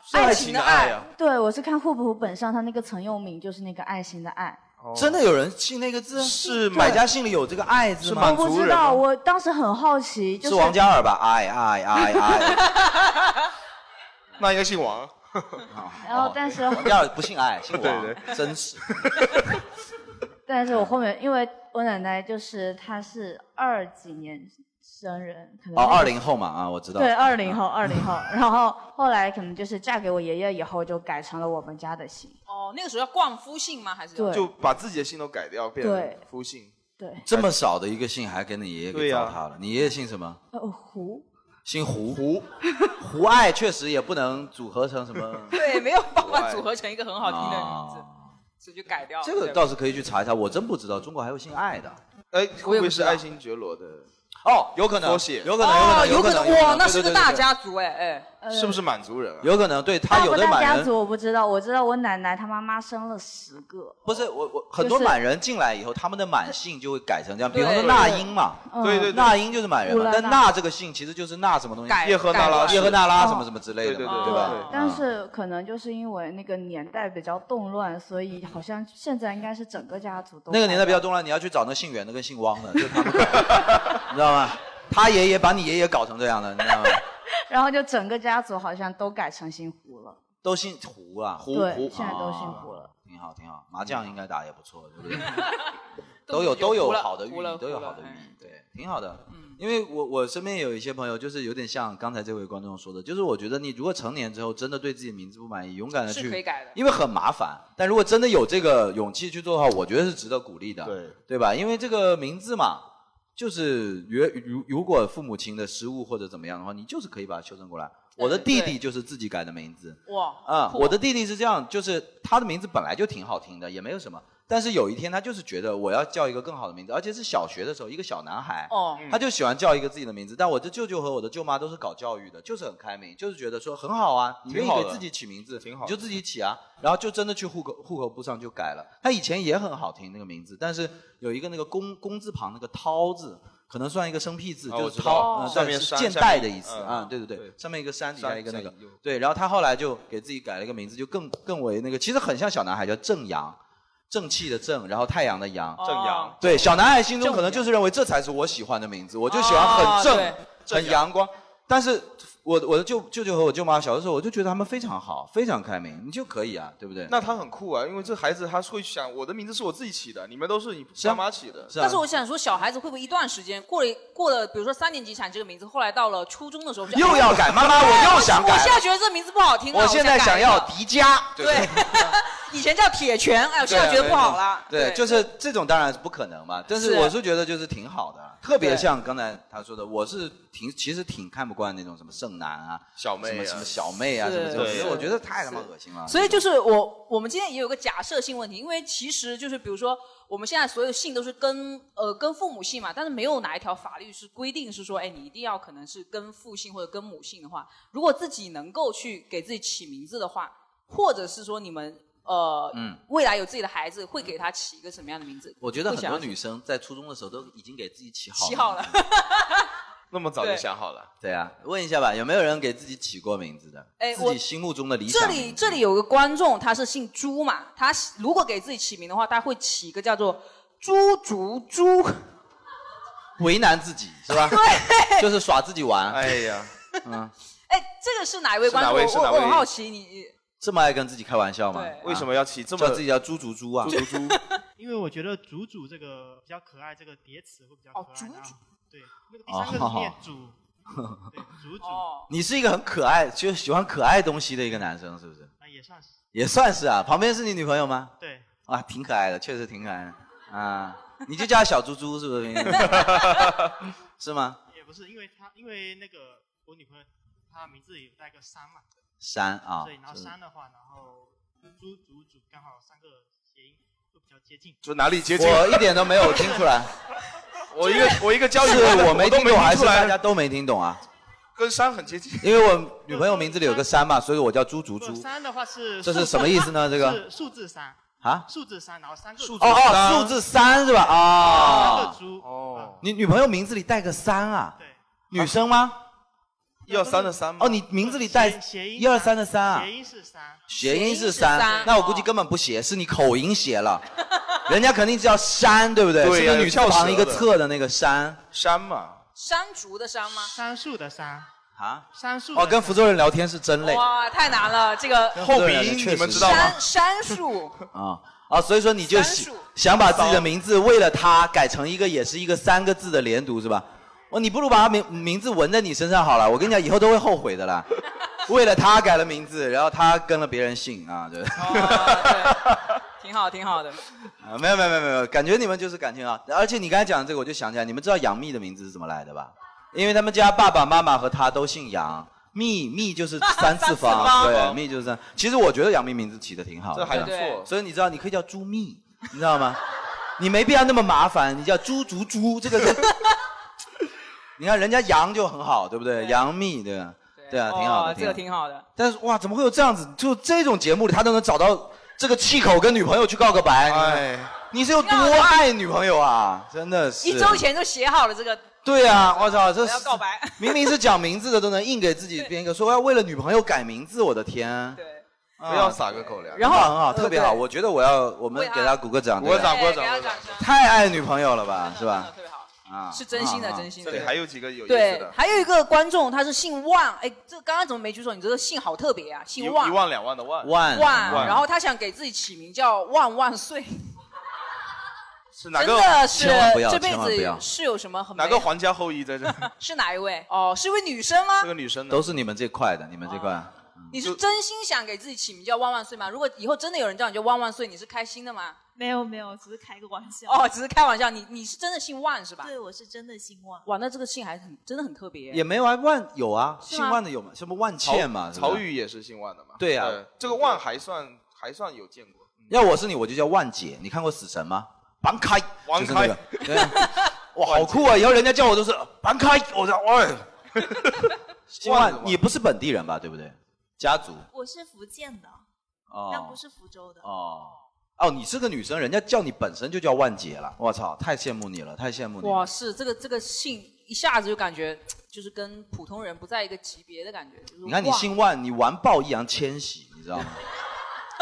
是爱情的爱啊
对，我是看户部本上他那个曾用名就是那个爱情的爱。
真的有人姓那个字？哦是买家姓里有这个爱字吗？
我不知道，我当时很好奇，就是
王嘉尔吧？爱爱爱爱，
那应该姓王。
然
哦
后但是
王嘉尔不姓爱，姓王，
对
真是。
但是我后面因为我奶奶就是她是二几年生人，可能
哦，
那个
二零后嘛啊，我知道。
对，二零后，二零后，然后后来可能就是嫁给我爷爷以后，就改成了我们家的姓。
哦，那个时候要冠夫姓吗？还是
对
就把自己的姓都改掉，变成
对
夫姓。
对，
这么少的一个姓还给你爷爷
对
给
呀
糟蹋了。你爷爷姓什么？
呃，胡，
姓胡。胡胡爱确实也不能组合成什么。
对，没有办法组合成一个很好听的名字，
啊
所以就改掉了。
这个倒是可以去查一查，我真不知道中国还有姓爱的。
哎，会不会是爱新觉罗的？
哦，有可能
缩写，
有可能哦有可能有可能有可能
哇，那是个
对对对
大
对
家族哎哎，
呃
是不是满族人啊？
有可能对他
大
有
不
的
大
满
家
人
族我不知道，我知道我奶奶她妈妈生了十个。
不是我我很多
就是
满人进来以后，他们的满姓就会改成这样，比
对
方说那英嘛，
对对对对
那英就是满人
乌
嘛，
拉
但
那
那这个姓其实就是那什么东西，
改叶赫那拉改
叶赫那拉
哦
什么什么之类的嘛，
对对对
对嗯吧？
但是可能就是因为那个年代比较动乱，所以好像现在应该是整个家族都
那个年代比较动乱，你要去找那姓袁的跟姓汪的，就是他 们，你知道吗？他爷爷把你爷爷搞成这样的，你知道吗？
然后就整个家族好像都改成姓胡了。
都姓胡啊，胡
对
胡，啊
现在都姓
胡了，挺好挺好，麻将应该打也不错，对不对？都有都有
糊了
好的寓
糊了
意，都有
糊
好
了
的寓
嗯
意，对，挺好的。因为我我身边有一些朋友，就是有点像刚才这位观众说的，就是我觉得你如果成年之后真的对自己名字不满意，勇敢的去
是可以改的
因为很麻烦。但如果真的有这个勇气去做的话，我觉得是值得鼓励的，
对
对吧？因为这个名字嘛，就是如如如果父母亲的失误或者怎么样的话，你就是可以把它修正过来。我的弟弟就是自己改的名字，
哇
啊、
哦
酷
我的弟弟是这样，就是他的名字本来就挺好听的，也没有什么。但是有一天，他就是觉得我要叫一个更好的名字，而且是小学的时候，一个小男孩，
哦嗯
他就喜欢叫一个自己的名字。但我的舅舅和我的舅妈都是搞教育的，就是很开明，就是觉得说很好啊，你愿
挺
意
好的
给自己起名字，挺
好
你就自己起啊。然后就真的去户口户口簿上就改了。他以前也很好听那个名字，但是有一个那个公公字旁那个涛字，可能算一个生僻字，
哦
就
我
是
知道
涛，
哦
呃
上面
是
山
箭
下
袋
面
的意思
嗯
啊，对对对，上面一个山，底下
山
一个那个
山右，
对。然后他后来就给自己改了一个名字，就更更为那个，其实很像小男孩，叫正阳。正气的正，然后太阳的阳，
正阳
对，小男孩心中可能就是认为这才是我喜欢的名字，我就喜欢很正、
哦对
很阳光。但是我我的舅舅舅和我舅妈小的时候，我就觉得他们非常好，非常开明，你就可以啊，对不对？
那他很酷啊，因为这孩子他是会想，我的名字是我自己起的，你们都是你爸妈起的。
啊
但是我想说，小孩子会不会一段时间过了过了，比如说三年级想这个名字，后来到了初中的时候就
又要改妈妈
哎
我又想改
我现在觉得这名字不好听了，啊
我现在
想
想
改一个
要迪迦，
对，以前叫铁拳，哎，我现在觉得不好了。
对，就是这种当然是不可能嘛，但是
是
我是觉得就是挺好的，特别
对
像刚才他说的，我是挺其实挺看不惯那种什么剩男啊、小
妹啊
什么什么小妹啊
是
什么什么，
对
因为我觉得
是
太他妈恶心了。
所以就是我，我们今天也有个假设性问题，因为其实就是比如说，我们现在所有姓都是跟呃跟父母姓嘛，但是没有哪一条法律是规定是说，哎，你一定要可能是跟父姓或者跟母姓的话，如果自己能够去给自己起名字的话，或者是说你们呃、
嗯
未来有自己的孩子，会给他起一个什么样的名字？
我觉得
会
很
想
多
要
女生在初中的时候都已经给自己起好嗯
起好了，
那么
早就对想
好了。对啊，问一下吧，有没有人给自己起过名字的？
哎
自
我
己心目中的理
这
想
里
名字。
这里有个观众，他是姓朱嘛，他如果给自己起名的话，他会起一个叫做朱竹朱。
为难自己是吧？对，就是耍自己玩。
哎呀，
嗯，
哎，这个是哪一位观众？
是哪位是
我
哪
我
位
我很好奇你。
这么爱跟自己开玩笑吗
对？
啊
为什么要起这么
叫自己叫猪猪猪啊？
猪猪 猪
因为我觉得“主主”这个比较可爱，这个叠词会比较可爱。哦，主主，对，那个第三个字念
哦
“主”，对，主 主，
哦
你是一个很可爱，就喜欢可爱东西的一个男生，是不是？
啊，也算是
也算是啊。旁边是你女朋友吗？
对。
啊，挺可爱的，确实挺可爱的啊。你就叫她小猪猪，是不是？ 是吗？
也不是，因为他因为那个我女朋友，她名字有带个山嘛，
山啊
所以然后
是
山的话，然后猪主主刚好三个谐音会比较接近，
就哪里接近？
我一点都没有听出来。
我一个 我一个教育
是
观的
我没
都
听
没
懂，还是
听出
大
来，
家都没听懂啊？
跟山很接近。
因为我女朋友名字里有个山嘛，所以我叫猪猪
不
猪。
山的话是
这是
数
什么意思呢这个
是数字山
啊
数字山，然后三个
哦哦，数字三是吧？
三
哦
个，猪
哦，
你女朋友名字里带个三啊？女生吗？
一二三的三吗
哦，你名字里带一二三的三啊？
谐音是山，
谐音是
谐音
三
是，
那我估计根本不写，是你口音写了。人家肯定叫山，对不对？
对
是
呀
个女字旁一个
有翘舌的
侧的那个山。
山嘛。
山竹的山吗？
杉树的杉
啊，
杉树
哦，跟福州人聊天是真累啊
哇，太难了，这个
后鼻音你们知道吗
杉杉树，
啊、所以说你就
三
想
数
想把自己的名字为了他改成一个也是一个三个字的连读是吧？哦，你不如把他名名字纹在你身上好了，我跟你讲，以后都会后悔的啦。为了他改了名字，然后他跟了别人姓啊，对。
挺好，挺好的。
啊，没有没有没有没有，感觉你们就是感情啊。而且你刚才讲的这个，我就想起来，你们知道杨幂的名字是怎么来的吧？因为他们家爸爸妈妈和她都姓杨，幂幂就是三次方，
方
对，幂就是三。其实我觉得杨幂名字起的挺好的，
这还不
对
错
所以你知道，你可以叫朱幂，你知道吗？你没必要那么麻烦，你叫朱竹珠，这个是。 你看人家杨就很好，对不对？杨幂，对吧？对啊，挺好的，
哦，这个挺好的。
但是哇，怎么会有这样子？就这种节目里，他都能找到这个气口跟女朋友去告个白，哎，你是有多爱女朋友啊？真的是。
一周。前就写好了这个，
对啊，我操，这
我要告白。
明明是讲名字的，都能硬给自己编一个，说我要为了女朋友改名字，我的天。对。
不要撒个狗粮。
然后很好，
嗯
特别好，我觉得我要我们给他鼓个掌，
鼓个掌
对吧
鼓个掌对给他掌
太爱女朋友了吧，是吧？特
别好
啊，
是真心的
很好
真心
这里还有几个有意思
对
的，，
还有一个观众他是姓万，哎，这个刚刚怎么没举手？你这个姓好特别啊，
一
姓万，
一万两万的万
万
万，然后他想给自己起名叫万万岁，
是哪
真
个？
的是这辈
千万不
子
要
是有什么很
哪
美
个
好
皇家后裔在这？
是哪一位？哦，是一位女生吗？
这个女生呢？
都是你们这块的，你们这块。
你是真心想给自己起名叫万万岁吗？如果以后真的有人叫你叫万万岁，你是开心的吗？
没有没有，只是开个玩笑。
哦，只是开玩笑。你你是真的姓万是吧？
对，我是真的姓万。
哇，那这个姓还很真的很特别。
也没有啊，万有啊，
是吗
姓万的有吗？什么万茜嘛？
曹
是吧
曹禺也是姓万的嘛？
对啊
这个万还算还算有见过。
要我是你，我就叫万姐。你看过《死神》吗？绑开，
王
就是那
开
个，对啊哇，好酷啊！以后人家叫我都是绑开，我说 哎。姓万，你不是本地人吧？对不对？家族
我是福建的，但
哦
不是福州的。
哦哦，你是个女生，人家叫你本身就叫万姐了。我操，太羡慕你了，太羡慕你了。
哇，是这个这个姓一下子就感觉就是跟普通人不在一个级别的感觉。就是
你看你
哇
姓万，你完爆易烊千玺，你 知道吗？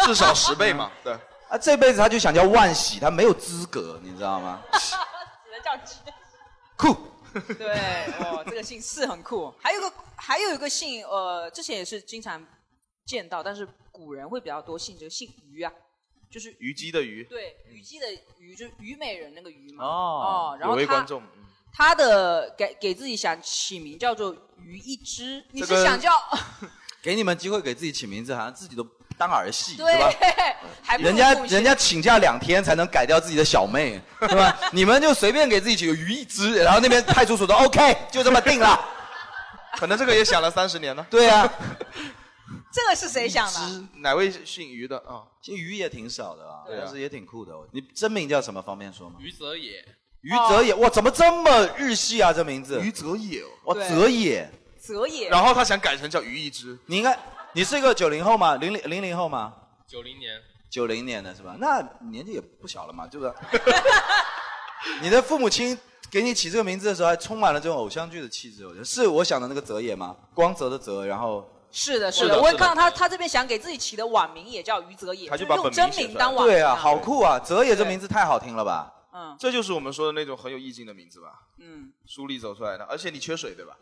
至少十倍嘛，对。
啊，这辈子他就想叫万玺，他没有资格，你知道 吗？
只能叫鸡。
酷。
对，哦，这个姓是很酷。还有个还有一个姓，呃，之前也是经常见到，但是古人会比较多姓这个姓虞啊，就是
虞姬的虞。
对，虞姬的虞就是虞美人那个虞嘛。
哦
然后
有位
他
观众，嗯
他的给给自己想起名叫做虞一枝，你
这
是
个
想叫、
给你们机会给自己起名字，好像自己都当儿戏，是吧？
对， 还不如
人家
不
人家请假两天才能改掉自己的小妹，对吧？你们就随便给自己起个于一枝，然后那边派出所说 OK，就这么定了。
可能这个也想了三十年了。
对 啊，
这个是谁想的？
哪位姓于的啊？
姓于也挺少的啊，
对啊
但是也挺酷的。你真名叫什么？方便说
哦
吗？
余则也，
于泽野，哇，怎么这么日系啊？这名字。
于泽野，哦
哇，
对
泽野，
泽野。
然后他想改成叫于一之，
你应该，你是一个九零后吗？零零零零后吗？
九零年，
九零年的是吧？那年纪也不小了嘛，对吧？ 你的父母亲给你起这个名字的时候，还充满了这种偶像剧的气质。我觉得是我想的那个泽野吗？光泽的泽，然后
是的，
是
是
的
的，我
是
也
的
看到他，他这边想给自己起的网名也叫于泽野，
他就
就
把
用
本
真
名写
名
出来
当网名。
对啊，好酷啊！泽野这名字太好听了吧？
嗯，
这就是我们说的那种很有意境的名字吧？
嗯，
书里走出来的，而且你缺水对吧？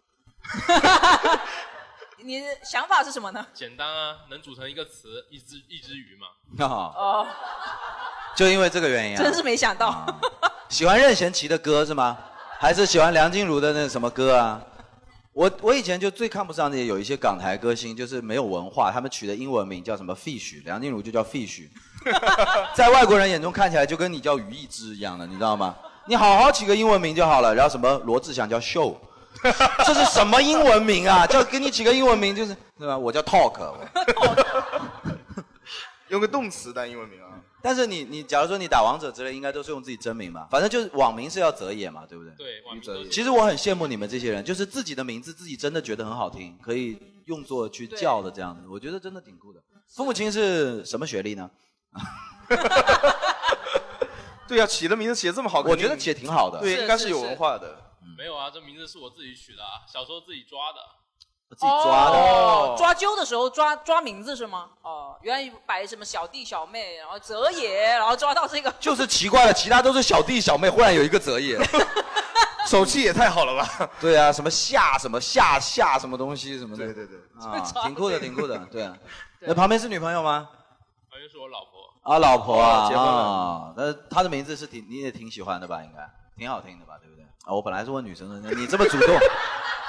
你的想法是什么呢？
简单啊，能组成一个词，一只一只鱼嘛。
啊，
哦，
就因为这个原因啊
真。是没想到，
喜欢任贤齐的歌是吗？还是喜欢梁静茹的那什么歌啊？我我以前就最看不上那些有一些港台歌星，就是没有文化，他们取的英文名叫什么 fish，梁静茹就叫 fish，在 外国人眼中看起来就跟你叫于一之一样的，你知道吗？你好好起个英文名就好了。然后什么罗志祥叫 show，这 是什么英文名啊？叫给你起个英文名就是对吧？我叫 talk，我
用个动词当英文名啊？
但是你你假如说你打王者之类，应该都是用自己真名嘛，反正就是网名是要择野嘛，对不对？
对，网名
都
其实我很羡慕你们这些人，就是自己的名字自己真的觉得很好听，可以用作去叫的这样子，我觉得真的挺酷的。父母亲是什么学历呢？
对啊，起的名字写这么好，
我觉得写挺好的
对，
是
应该是
是
有
是
文化的。
嗯
没有啊，这名字是我自己取的啊，小时候自己抓的。
哦自己抓的
哦， 抓阄的时候抓抓名字是吗？哦，原来摆什么小弟小妹，然后泽野，然后抓到这个，
就是奇怪了，其他都是小弟小妹，忽然有一个择业，
手气也太好了吧？
对啊，什么夏什么夏夏什么东西什么的，
对对对，
啊，挺酷的，挺酷的，对啊。那旁边是女朋友吗？
好像是我老婆。
啊，老婆啊，
哦结婚了
啊，那她的名字是挺你也挺喜欢的吧？应该挺好听的吧？对不对？啊，我本来是问女生的，你这么主 动，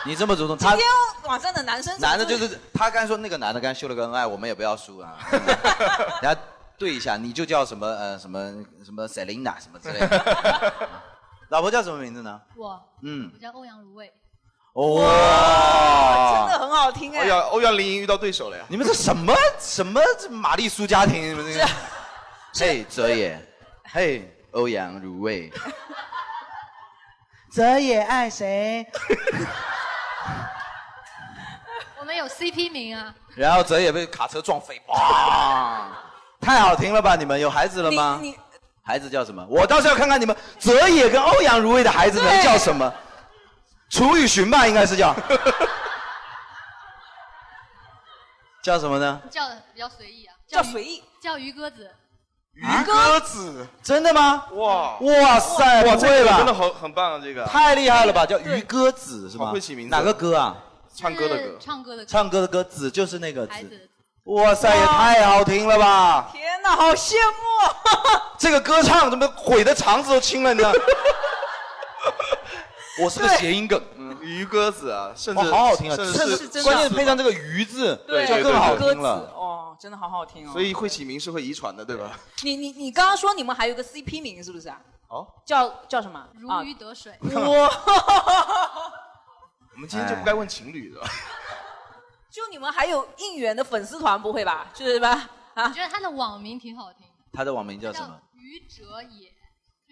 你这么主动，
今
她
天晚上的男生
男的就是他刚才说那个男的刚才秀了个恩爱，我们也不要输 啊，然后对一下，你就叫什么呃什么什么 Selina 什么之类的。 老婆叫什么名字呢？
我，
嗯
我叫欧阳芦苇，
哇，
很好听啊
欧阳欧哦阳林莹遇到对手了呀！
你们这什么什么玛丽苏家庭？你们这个，嘿泽野，嘿欧阳如苇，
泽野爱谁？
我们有 CP 名啊，
然后泽野被卡车撞飞，哇，太好听了吧？你们有孩子了吗？
你
孩子叫什么？我倒是要 看看你们泽野跟欧阳如苇的孩子 能叫什么。楚雨荨吧，应该是叫。叫什么呢？
叫的比较随意啊，
叫随意，
叫鱼鸽子，
鱼
鸽子。
啊真的吗？
哇
哇塞，
哇，
不
这
会
个
吧？
真的好很棒啊！这个
太厉害了吧？叫鱼鸽子是
好
吗
会起名？字
哪个鸽啊？
唱歌的
就是
歌，
唱歌的歌，
唱歌的鸽子就是那个
孩
子。
子，
哇塞，也太好听了吧！
天哪，好羡慕！
这个歌唱怎么毁的肠子都青 了呢？我是个谐音梗，
嗯
鱼鸽子啊，甚
哇，
至
好好听啊！
甚
甚
至
至关键配上这个“鱼”字，就更好
歌
听
词
了。
哦，真的好好听哦。
所以会起名是会遗传的，对吧？
你你你刚刚说你们还有个 CP 名是不是啊？
哦，
叫叫什么？啊
如鱼得水。
哇！
我们今
哎
天就不该问情侣的。
就你们还有应援的粉丝团不会吧？就是吧？啊
我觉得他的网名挺好听，
他的网名叫什么？
愚者也，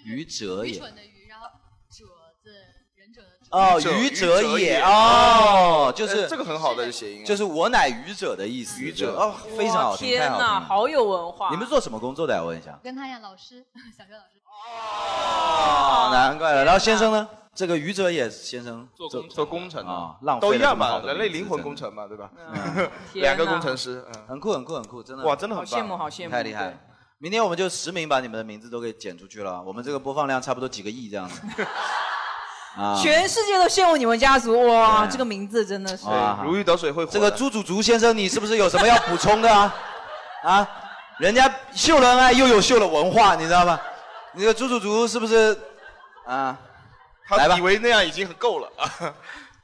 于哲
愚
也。
蠢的愚，然后者字忍者的者。
哦，
愚
愚
者
者
也
也哦，就是
哎这个很好的谐音啊
就是我乃愚者的意思。愚
者
哦，非常好听，
天
太好听了。
好有文化。
你们做什么工作的呀？我问一下。
跟他一样，老师， 小学老师。
哦，难怪了。然后先生呢？这个愚者也先生
啊做工做工程
啊，浪费
都
了
一样
这么
嘛
好，的
人类
名字
灵魂
真的嗯
工程嘛，对吧？
天
两个
哪
工程师，嗯，
很酷，很酷，很酷，真的。
哇，真的很棒，
太厉害了。明天我们就实名把你们的名字都给剪出去了，我们这个播放量差不多几个亿 这样子。啊，
全世界都羡慕你们家族，哇，
对
这个名字真的是。
哇
如鱼得水会火的
这个朱祖竹先生，你是不是有什么要补充的啊？啊，人家秀了恩爱又有秀了文化，你知道吗？你这个朱祖竹是不是啊？来吧
他以为那样已经很够了。 嗯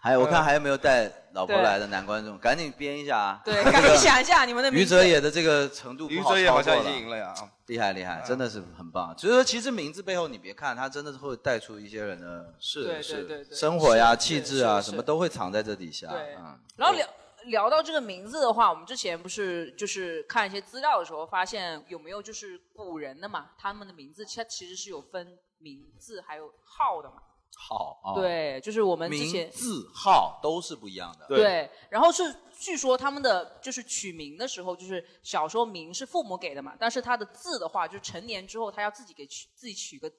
还有，我看还有没有带老婆
对
来的男观众，赶紧编一下啊！
对，赶紧想一下你们的名
于
字。
哲也的这个程度不
于
超
哲也好像已
过
经赢了呀，啊
厉害厉害，真的是很棒。所以说，其实名字背后你别看，它真的是会带出一些人的
是对是对对对
生活呀、
是
气质
是
啊，
是
什么都会藏在这底下。
对
嗯，
然后聊聊到这个名字的话，我们之前不是就是看一些资料的时候，发现有没有就是古人的嘛，他们的名字它其实是有分名字还有号的嘛。
好啊。
对就是我们之前
名字号都是不一样的。
然后是据说他们的就是取名的时候，就是小时候名是父母给的嘛，但是他的字的话，就是成年之后他要自己给取自己取个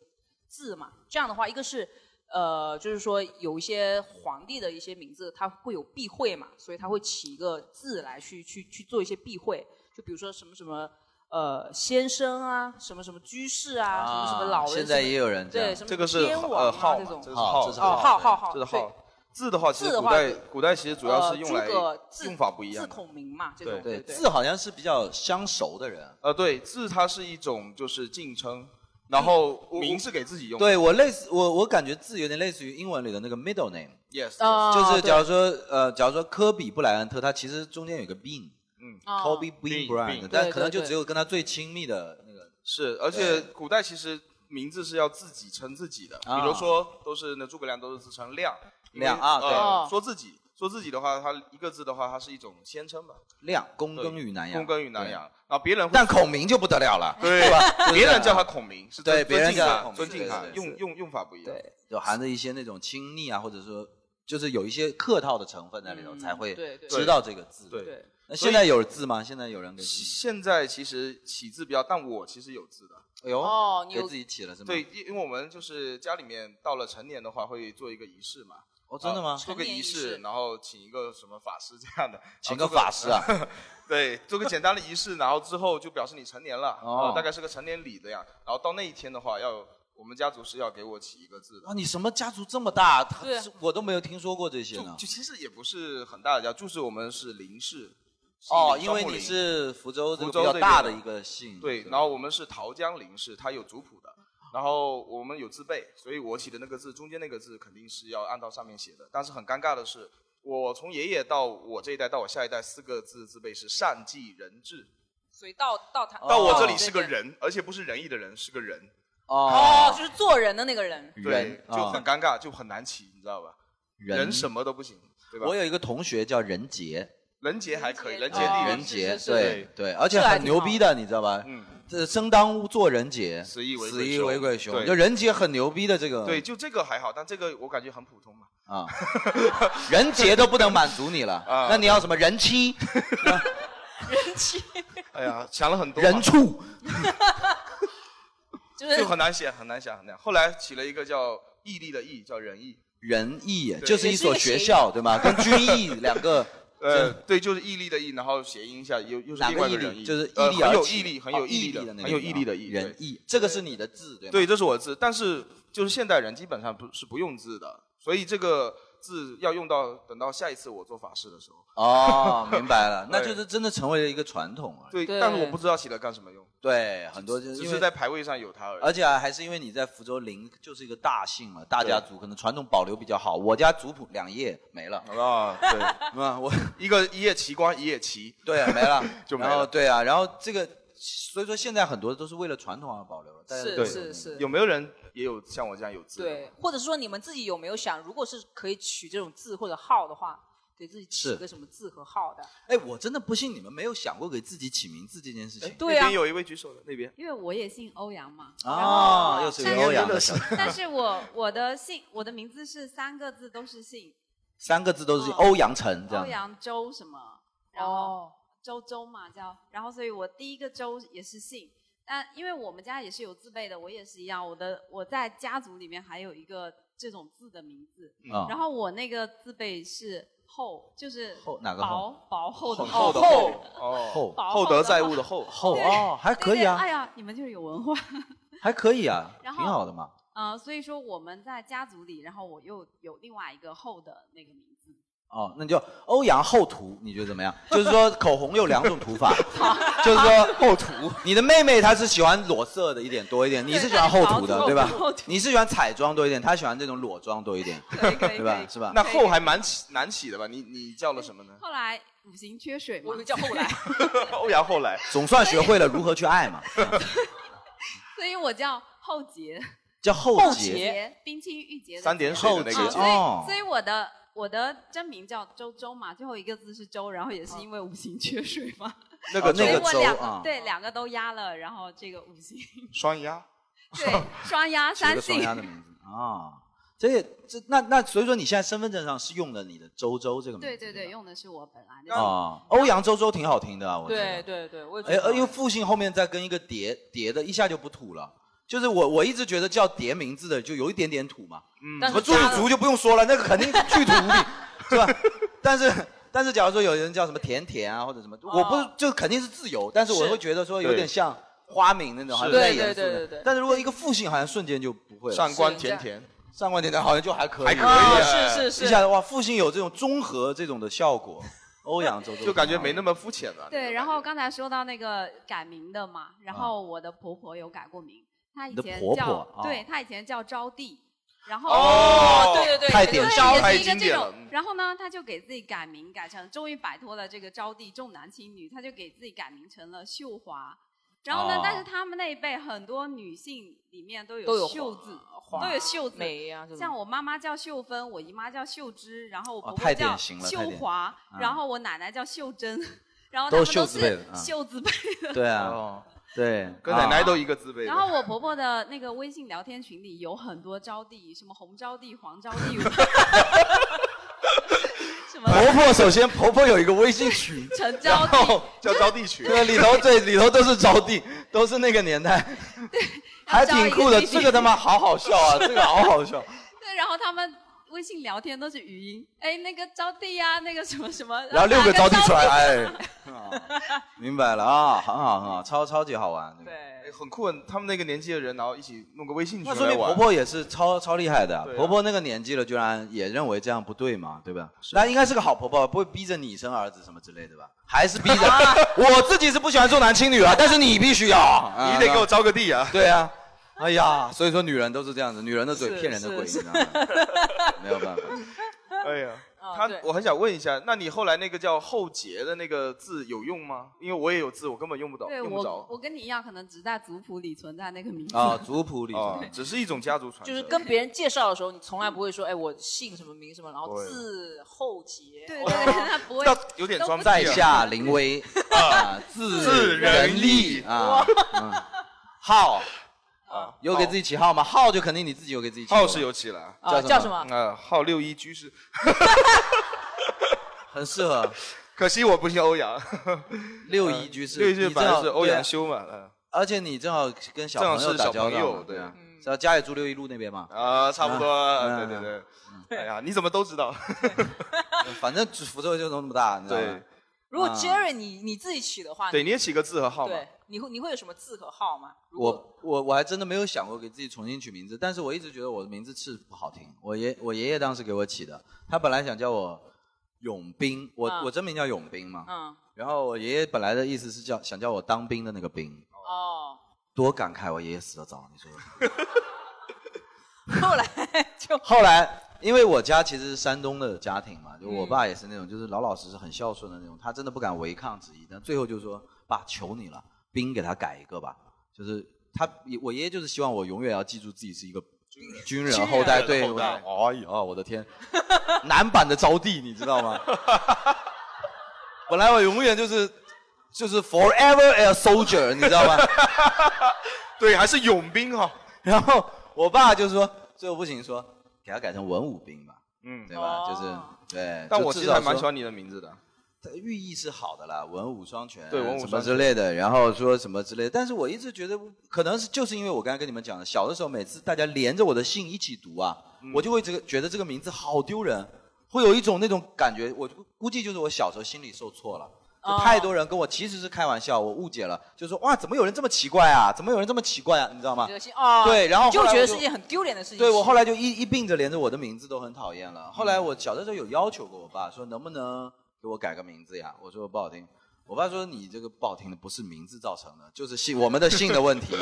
字嘛。这样的话，一个是呃，就是说有一些皇帝的一些名字，他会有避讳嘛，所以他会起一个字来去去去做一些避讳，就比如说什么什么。呃，先生啊，什么什么居士啊，什么什么老人什么，
现在也有人
对
样
什么
这个是
天王
呃
啊
号
这
嘛，
种
这个是
号这
号，
是
哦号号号
这是
对
号。字的话，其实
字的
古
话
代
是
古代其实主要
呃
是用来
诸葛字
用法不一样
字
的。
孔明嘛，这种
对
对对
字好像是比较相熟的人。
呃，对，字它是一种就是敬称，
呃
然后名是给自己用的。
对我类似我我感觉字有点类似于英文里的那个 middle name，
，yes，
哦
就是假如
对
说呃，假如说科比布莱恩特，他其实中间有个 Bean，
嗯
，Kobe
Bean，
Bean Bryant，
Bean
但
对
可能
对
就
对
只有跟他最亲密的那个
是，而且古代其实名字是要自己称自己的，比如
啊
说都是那诸葛亮都是自称亮，因为
亮啊对
呃
哦
说自己说自己的话，它一个字的话，它是一种先称吧，
亮，躬耕于南阳，
躬耕于南阳。然后别人会
但孔明就不得了了，
对
吧？
别人叫他孔明是
对，
尊
别人
尊敬
叫
他
他孔明
尊敬他
对对对
用用用法不一样。
对，
就含着一些那种亲昵啊，或者说就是有一些客套的成分在里头，
嗯
才会
对对
知道这个字。
对对
那现在有字吗？现在有人给
其
字
现在其实起字比较，但我其实有字的。
哎呦
哦你
给
有
自己起了是吗？
对，，因因为我们就是家里面到了成年的话，会做一个仪式嘛。
哦真的吗
啊做个
成年
仪
仪
式，
式
然后请一个什么法师这样的，
请
然后
个
做
法师啊
对，做个简单的仪式，然后之后就表示你成年了，
哦
啊大概是个成年礼这样。然后到那一天的话，要我们家族是要给我起一个字的。
啊，你什么家族这么大？他
对啊
我都没有听说过这些
就
呢。
就其实也不是很大的家，就是我们是林氏。是
哦，
林
因为
张木
你
林
是福州这个
福州
比较
这
大
边
的一个姓，
对，然后我们是桃江林氏，它有族谱的，然后我们有字辈，所以我起的那个字中间那个字肯定是要按照上面写的。但是很尴尬的是，我从爷爷到我这一代到我下一代四个字字辈是善继人治，
所以到到
哦
他哦
到我这里是个
人。
人，而且不是仁义的人，是个人，
哦，就是做人的那个人。
对
人，
就
啊
很尴尬，就很难起，你知道吧？
人
人什么都不行，对吧？
我有一个同学叫任杰，
人杰还可以，人杰
对
地
哦人杰，对
对
对，而且很牛逼的，你知道吧？
嗯，
这生当做人杰，
死亦为
死亦为
鬼雄
鬼雄，
对
就人杰很牛逼的这个，
对，就这个还好，但这个我感觉很普通嘛。
啊，人杰都不能满足 你了，
啊
那你要什么人妻？
人妻，
哎呀，想了很多嘛，
人畜，
就是
就很难写，很难想，很难。后来起了一个叫毅力的毅，叫仁义。
仁义
对
就是一所学校，对吗？跟军义两个，
呃， 对，就是毅力的毅，然后谐音一下，又又是
哪
另外
个
一
毅
人
力？就是
呃
毅力
很
而
有
起
毅力，很
哦
有
毅
力
的那个，
很有毅力的毅。
仁
对
义，这个是你的字，对吗？
对，这是我的字，但是就是现代人基本上不是不用字的，所以这个字要用到等到下一次我做法事的时候。，
哦，明白了 那就是真的成为了一个传统啊。
对，但是我不知道起来干什么用。
对，很多就是
只
因
是
为
在排位上有它而已。
而且啊还是因为你在福州林就是一个大姓嘛，大家族可能传统保留比较好。我家族谱两页没了，
啊，对，
啊，我
一个一夜奇光一夜奇，
对，没了
就没
然后
了。
对啊，然后这个，所以说现在很多都是为了传统而保留了。大家
是
都
是是
有没有人也有像我这样有字？
对，或者说你们自己有没有想，如果是可以取这种字或者号的话，给自己起
是
个什么字和号的？
哎，我真的不信你们没有想过给自己起名字这件事情。
对啊那边有
一位举手的那边
因为我也姓欧阳嘛。
啊，又是一
但
个欧阳的小
但是我我的姓，我的名字是三个字都是姓，
三个字都是欧阳晨这
哦欧
样。
阳周什么，
哦
然后周周嘛叫，然后所以我第一个周也是姓，但因为我们家也是有字辈的，我也是一样，我的我在家族里面还有一个这种字的名字，
嗯
然后我那个字辈是厚，就是
厚哪个
薄薄厚
厚
的
厚的厚
哦
厚
薄
厚德载物的厚厚
对
哦还可以啊
对对哎呀，你们就是有文化。
还可以啊，挺
然后
好的嘛。
呃，所以说我们在家族里，然后我又有另外一个后的那个名字，
哦，那就欧阳厚涂，你觉得 怎么样？就是说口红有两种涂法，就是说厚涂。你的妹妹她是喜欢裸色的一点多一点，你是喜欢厚涂的
她是薄涂
对吧
厚涂？
你是喜欢彩妆多一点，她喜欢这种裸妆多一点，对吧？是吧？
那后还蛮起难起的吧？你你叫了什么呢？
后来五行缺水嘛，我
叫后来，
欧阳后来
总算学会了如何去爱嘛，
所以我叫后杰，
叫后
后
杰。
杰，冰清玉洁的
三点水的那个
后
杰
所以
哦
所以我的我的真名叫周周嘛，最后一个字是周，然后
哦
也是因为五行缺水嘛，
那个
所以我
周
两
啊
对两个都压了，然后这个五行
双鸭，
对双 压
取
三
了个
姓
双，鸭的名字啊。这也这那那所以说你现在身份证上是用了你的周周 这个名
对
字
对对，用的是我本来的
啊，欧阳周周挺好听的啊，我觉得。
对对对，我也觉
哎，
得
呃因为复姓后面再跟一个叠叠的，一下就不土了。就是我我一直觉得叫叠名字的就有一点点土嘛，嗯
但
什
是
么朱
加了
族就不用说了，那个肯定去土无比，是吧？但是但是假如说有人叫什么甜甜啊或者什么，我不是就肯定是自由，但是我
是
会觉得说有
对
点像花名那种，
是
还是带
对
严肃
对对
的
对对
但是如果一个复姓好像瞬间就不会了，
上官甜甜，
上官甜甜好像就还可以，
还可以啊
哎
是是是
一下子哇，复姓有这种综合这种的效果，欧阳周周
就感觉没那么肤浅了。
对，然后刚才说到那个改名的嘛，然后我的婆婆有改过名，她以
啊你的
前
婆
叫，
婆啊
对她以前叫招娣，然后
哦对对对太典型了
对
太
也是一个
经
这
典
种
了，
然后呢，她就给自己改名改成，终于摆脱了这个招娣重男轻女，她就给自己改名成了秀华。然后呢？
哦
但是他们那一辈很多女性里面都
都有
秀
华啊
字，
华
都有秀字。
美呀这种
像我妈妈叫秀芬，我姨妈叫秀芝，然后我
哦
婆婆
太典
叫
型了太
秀
典型
华，
嗯
然后我奶奶叫秀珍， 然后他
都
们
是
都
秀字辈的
是
啊
秀字辈 的。
对啊，对，
跟奶奶都一个字辈的
然后我婆婆的那个微信聊天群里有很多招娣，什么红招娣、黄招娣， 什么
婆婆首先婆婆有一个微信 群，
陈
然
招娣，
后
叫招娣群
对，里头对里头都是招娣，都是那个年代，还挺酷的。这个他妈好好笑 啊，这个好好笑。
对，然后他们微信聊天都是语音，哎，那个招娣呀、那个什么什么，
然后六个招娣出来， 哎，
啊
哎，
明白了啊，很好很好，超超级好玩。对，
哎很酷，他们那个年纪的人，然后一起弄个微信群
那说明
来玩
婆婆也是超超厉害的啊
对啊，
婆婆那个年纪了，居然也认为这样不对嘛，对吧？
啊
那应该是个好婆婆，不会逼着你生儿子什么之类的吧？还是逼 着？
啊
我自己是不喜欢重男轻女 啊，但是你必须要，
你得给我招个
弟啊。 对啊，哎呀，所以说女人都是这样子，女人的嘴
是
骗人的鬼，你
是
知 道吗？没有办法。
哎呀，
哦
他我很想问一下，那你后来那个叫后杰的那个字有用吗？因为我也有字，我根本用不 到，
对
用不
我
着。
我跟你一样，可能只在族谱里存在那个名字。
啊，族谱里
哦只是一种家族传
就
承。
是跟别人介绍的时候，你从来不会说，哎，我姓什么名什么，然后
对
字后杰，
对
哦
对对他不会
要
有点装逼啊
在下临 危啊，自人立啊，嗯号啊，有给自己起号吗？号就肯定你自己有给自己起啊
号是有起了，
叫
呃，号六一居士，
很适合。
可惜我不姓欧阳， 呃
六一居士，
六一居士
你
本来
正好
是欧阳修。
对
嘛
啊，
嗯
而且你正好跟小
正好
朋友
是
打
小
交
朋
道
友
嘛，
对
啊，是吧家里住六一路那边嘛。
啊，差不多，
嗯
对对对。哎呀，你怎么都知道？
反正福州就那么大，你知道吗
对
如果
啊
Jerry 你你自己起的话，
对，你也起个字和号嘛
对。你会你会有什么字和号吗？
我我我还真的没有想过给自己重新取名字，但是我一直觉得我的名字是不好听。我爷我爷爷当时给我起的，他本来想叫我永兵，我、
嗯
我真名叫永兵嘛。
嗯，
然后我爷爷本来的意思是叫想叫我当兵的那个兵，
哦，
多感慨！我爷爷死的早，你说。
后来就
后来，因为我家其实是山东的家庭嘛，就我
嗯
爸也是那种就是老老实实、很孝顺的那种，他真的不敢违抗旨意，但最后就说：“爸，求你了，兵给他改一个吧。”就是他，我爷爷就是希望我永远要记住自己是一个军人
军人
后代。对，
后
我
代
哎呀，我的天，男版的招娣，你知道吗？本来我永远就是就是 forever a soldier，你知道吗？对，还是勇兵
哦
哈、然后我爸就说最后不行说，给他改成文武兵吧，
嗯，
对吧？就是对。
但
就
我
至
其实
少
还蛮
说
喜欢你的名字的。
寓意是好的啦，文武双全，
对文武
什么
双
之
全
类的，然后说什么之类的。但是我一直觉得，可能是就是因为我刚才跟你们讲的，小的时候每次大家连着我的姓一起读啊，
嗯
我就会这个觉得这个名字好丢人，会有一种那种感觉。我估计就是我小时候心里受挫了。
哦
就太多人跟我其实是开玩笑，我误解了，就说哇，怎么有人这么奇怪啊？怎么有人这么奇怪啊？你知道吗
你？的心哦，
对然后
你就
后来
觉得
我
是
就
件很丢脸的事情。
对我后来就一一并着连着我的名字都很讨厌了。后
嗯
来我小的时候有要求过我爸，说能不能给我改个名字呀？我说不好听。我爸说你这个不好听的不是名字造成的，就是姓我们的姓的问 题。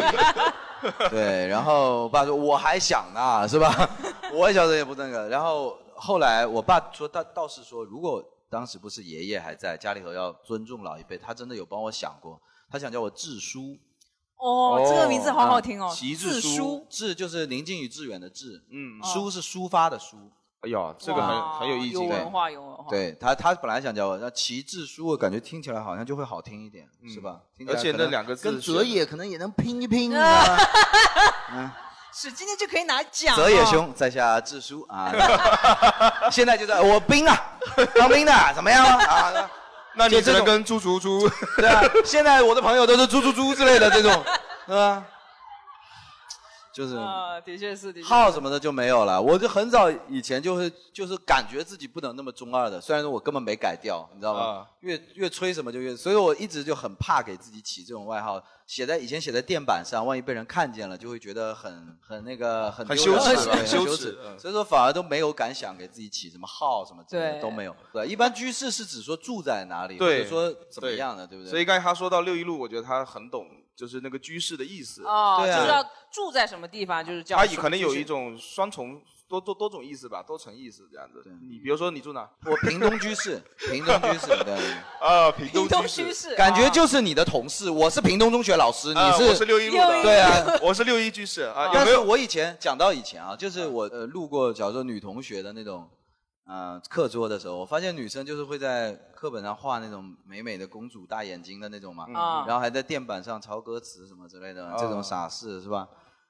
对，然后我爸说我还想呢，是吧？ 我小时候也不那个。然后后来我爸说倒倒是说，如果当时不是爷爷还在，家里头要尊重老一辈，他真的有帮我想过，他想叫我智叔。
哦，这个名字好好听哦，
习
字
字
书，，
志就是宁静与致远的志，嗯
哦
书是抒发的书。哎呀，
这个很哇很有意境有文化有文化
对他，他本来想叫我叫齐志书，我感觉听起来好像就会好听一点，是吧？听起来
嗯而且
可
那
能
两个字
跟
是
泽野可能也能拼一拼啊。
是今天就可以拿奖。
泽野，兄，在下志书啊， 现在就在我兵啊，当兵的怎么样啊啊？
那你
就这
只能
种
跟猪猪猪，
对啊，现在我的朋友都是猪猪猪之类的这种，是 吧？就是
呃，的确是，的确是
号什么的就没有了。我就很早以前就会就是感觉自己不能那么中二的，虽然说我根本没改掉，你知道吗？
啊
越越吹什么就越，所以我一直就很怕给自己起这种外号，写在以前写在垫板上，万一被人看见了，就会觉得很很那个很
很
丢人
羞耻
对
很羞
羞
耻嗯
所以说反而都没有敢想给自己起什么号什么之类
对
的都没有。对，一般居士是指说住在哪里，
对，
或者说怎么
对
样的，对不对？
所以刚才他说到六一路，我觉得他很懂，就是那个居士的意思。
哦，
对
就
啊
是要住在什么地方，就是叫
他
什么
可能有一
居住
种双重多多多种意思吧，多层意思这样子。你比如说你住哪？
我屏东居士，屏东居士，对。
啊，屏东
东居士
感觉就是你的同事，我是屏东中学老师，你
啊
是
我是六一路的，
对啊，，
我是六一居士啊。有
但
没
是
有
我以前讲到以前啊，就是我呃路过小时候女同学的那种呃课桌的时候，我发现女生就是会在课本上画那种美美的公主大眼睛的那种嘛，
啊
嗯
然后还在垫板上抄歌词什么之类的，
啊
这种傻事是吧？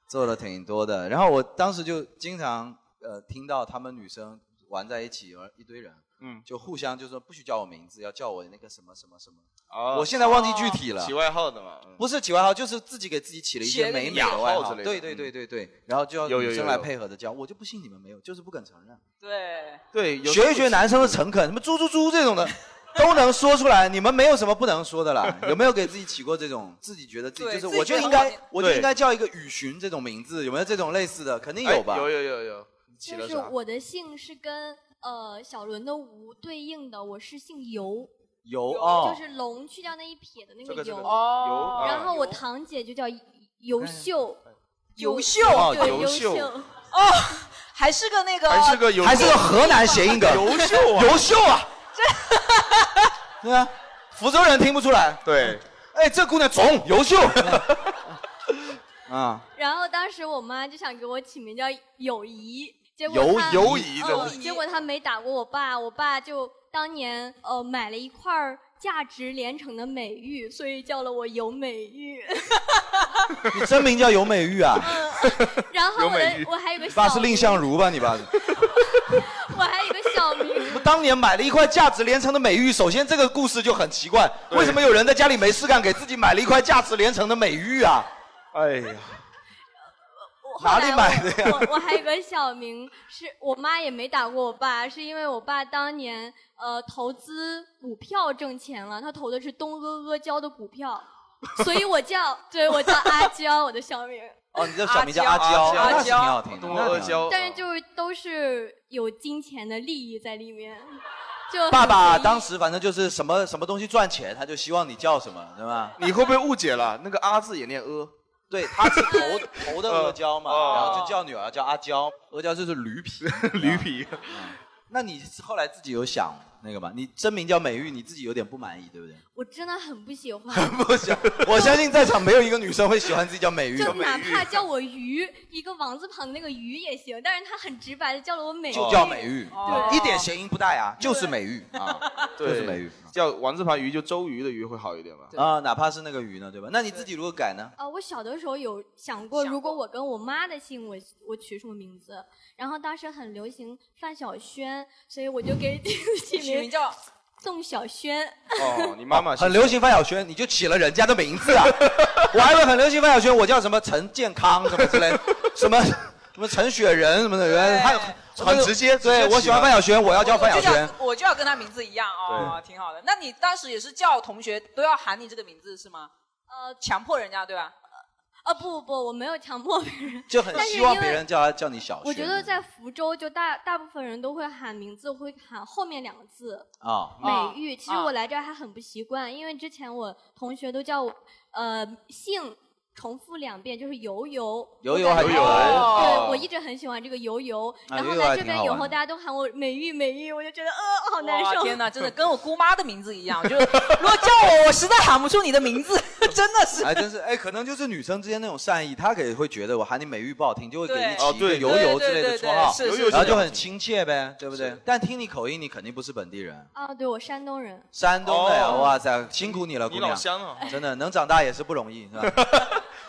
做了挺多的。然后我当时就经常呃听到她们女生玩在一起，而一堆人。
嗯，
就互相就说不许叫我名字，要叫我那个什么什么什么。
啊
我现在忘记具体了。
起外号的嘛，嗯
不是起外号，就是自己给自己起了一些美美
雅
的外
号
号
之类的
对对对对对，然后就要
有有
女生
有
来
有
配合着叫，我就不信你们没有，就是不肯承认。
对
对，有
学一学男生的诚恳，什么猪猪猪这种的都能说出来，你们没有什么不能说的啦。有没有给自己起过这种自己觉得自己
对
就是
自己
我就
觉得
应
很
该
好
我就
对
应该叫一个雨荨这种名字？有没有这种类似的？肯定有吧？
哎有有有有，起
就
了
是
啥？
我的姓是跟呃小伦的吴对应的，我是姓尤，
有哦
就。是龙去掉那一撇的那
这个这
尤。
个哦尤
然后我
啊
堂姐就叫尤秀，
尤
就
秀
哦
对，
尤
尤
秀
秀。
哦，还是个那个，
还是个有还是个河南谐音梗
优秀啊，
优秀 啊， 对啊，福州人听不出来。
对，
哎，这姑娘怂，优 秀。啊，
然后当时我妈就想给我起名叫友谊，结
友
果她
友谊真
嗯
是
结果她没打过我爸，我爸就当年呃买了一块儿价值连城的美玉，所以叫了我尤美玉。
你真名叫尤美玉啊？
然后
尤
我
美玉
的我 还有个
你
小
爸是蔺相如吧？你爸是？
我还有一个小名，
我当年买了一块价值连城的美玉，首先这个故事就很奇怪，为什么有人在家里没事干，给自己买了一块价值连城的美玉啊？
哎
呃
呀，
哪里买的呀？
我我还有个小名，是我妈也没打过我爸，是因为我爸当年呃投资股票挣钱了，他投的是东阿阿胶的股票。
所以我叫，对我叫阿娇，我的小名。
哦，你这小名叫阿
娇
娇，哦
阿娇
那是挺好听的，
多
那挺好
阿娇
但
啊
是就是都是有金钱的利益在里面，就
爸爸当时反正就是什么什么东西赚钱，他就希望你叫什么，对吧？
你会不会误解了？那个阿字也念阿，
对，他是头头的阿娇嘛，
哦
然后就叫女儿叫阿娇，阿娇就是驴皮， 嗯
驴皮。
那你后来自己有想那个吗？你真名叫美玉，你自己有点不满意，对不 对？
我真的很不喜欢。
我相信在场没有一个女生会喜欢自己叫美玉，
就哪怕 叫我鱼，一个王字旁的那个鱼也行，但是他很直白的叫了我美，
就叫美玉，
哦
对一点谐音不带啊，就是美玉 啊，就是美玉。
叫王字旁鱼就周瑜的鱼会好一点吧？
啊，哪怕是那个鱼呢，对吧？那你自己如果改呢？
呃，我小的时候有想过，如果我跟我妈的姓，我我取什么名字？然后当时很流行范晓萱，所以我就给 起
取名
叫宋小萱。
哦，你妈妈
很流行范晓萱，你就起了人家的名字啊！ 我还以为很流行范晓萱，我叫什么陈健康什么之类的，什么什么陈雪人什么的，原来他
很直接直接
对
起
我喜欢
了
范晓萱，我要叫范晓萱。
我就要跟他名字一样哦，挺好的。那你当时也是叫同学都要喊你这个名字是吗？
呃，
强迫人家对吧？
啊不不不，我没有强迫别人，
就很
但是
希望
因
别
为
人叫他叫你小萱。
我觉得在福州，就大大部分人都会喊名字，会喊后面两个字。
啊
美玉，其实我
来
来这儿还很不习惯，因为之前我同学都叫我呃姓重复两遍，就是游游。
游游
我感
还
觉
挺好玩的
对，
哦
我一直很喜欢这个游游。
啊
然后
游游还
来这
挺好
边以
玩
后，
的
大家都喊我美玉美玉，我就觉得呃好难
哇
受。
天哪，真的跟我姑妈的名字一样，就是如果叫我，我实在喊不出你的名字， 真的是。
哎，真是哎，可能就是女生之间那种善意，她可能会觉得我喊你美玉不好听，就会给你
对哦
起一个
对
油油之类的
对对对
绰号
是是，是
然后就
这
很
样
亲切呗，对不对？但听你口音，你肯定不是本地人，
啊，对我山东人。
山东的呀，
哦
哇塞，辛苦你了，姑
老
娘，
乡啊
真的能长大也是不容易，是吧？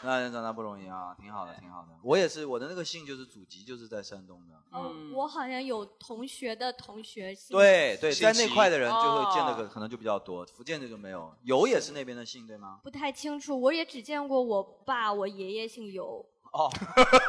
那能长大不容易啊，挺好的，挺好的。我也是，我的那个姓就是祖籍就是在山东的，
嗯，我好像有同学的同学姓
对对，
姓
在那块的人就会见的
哦
可可能就比较多，福建的就没有，油也是那边的姓对吗？
不太清楚，我也只见过我爸，我爷爷姓尤。
哦，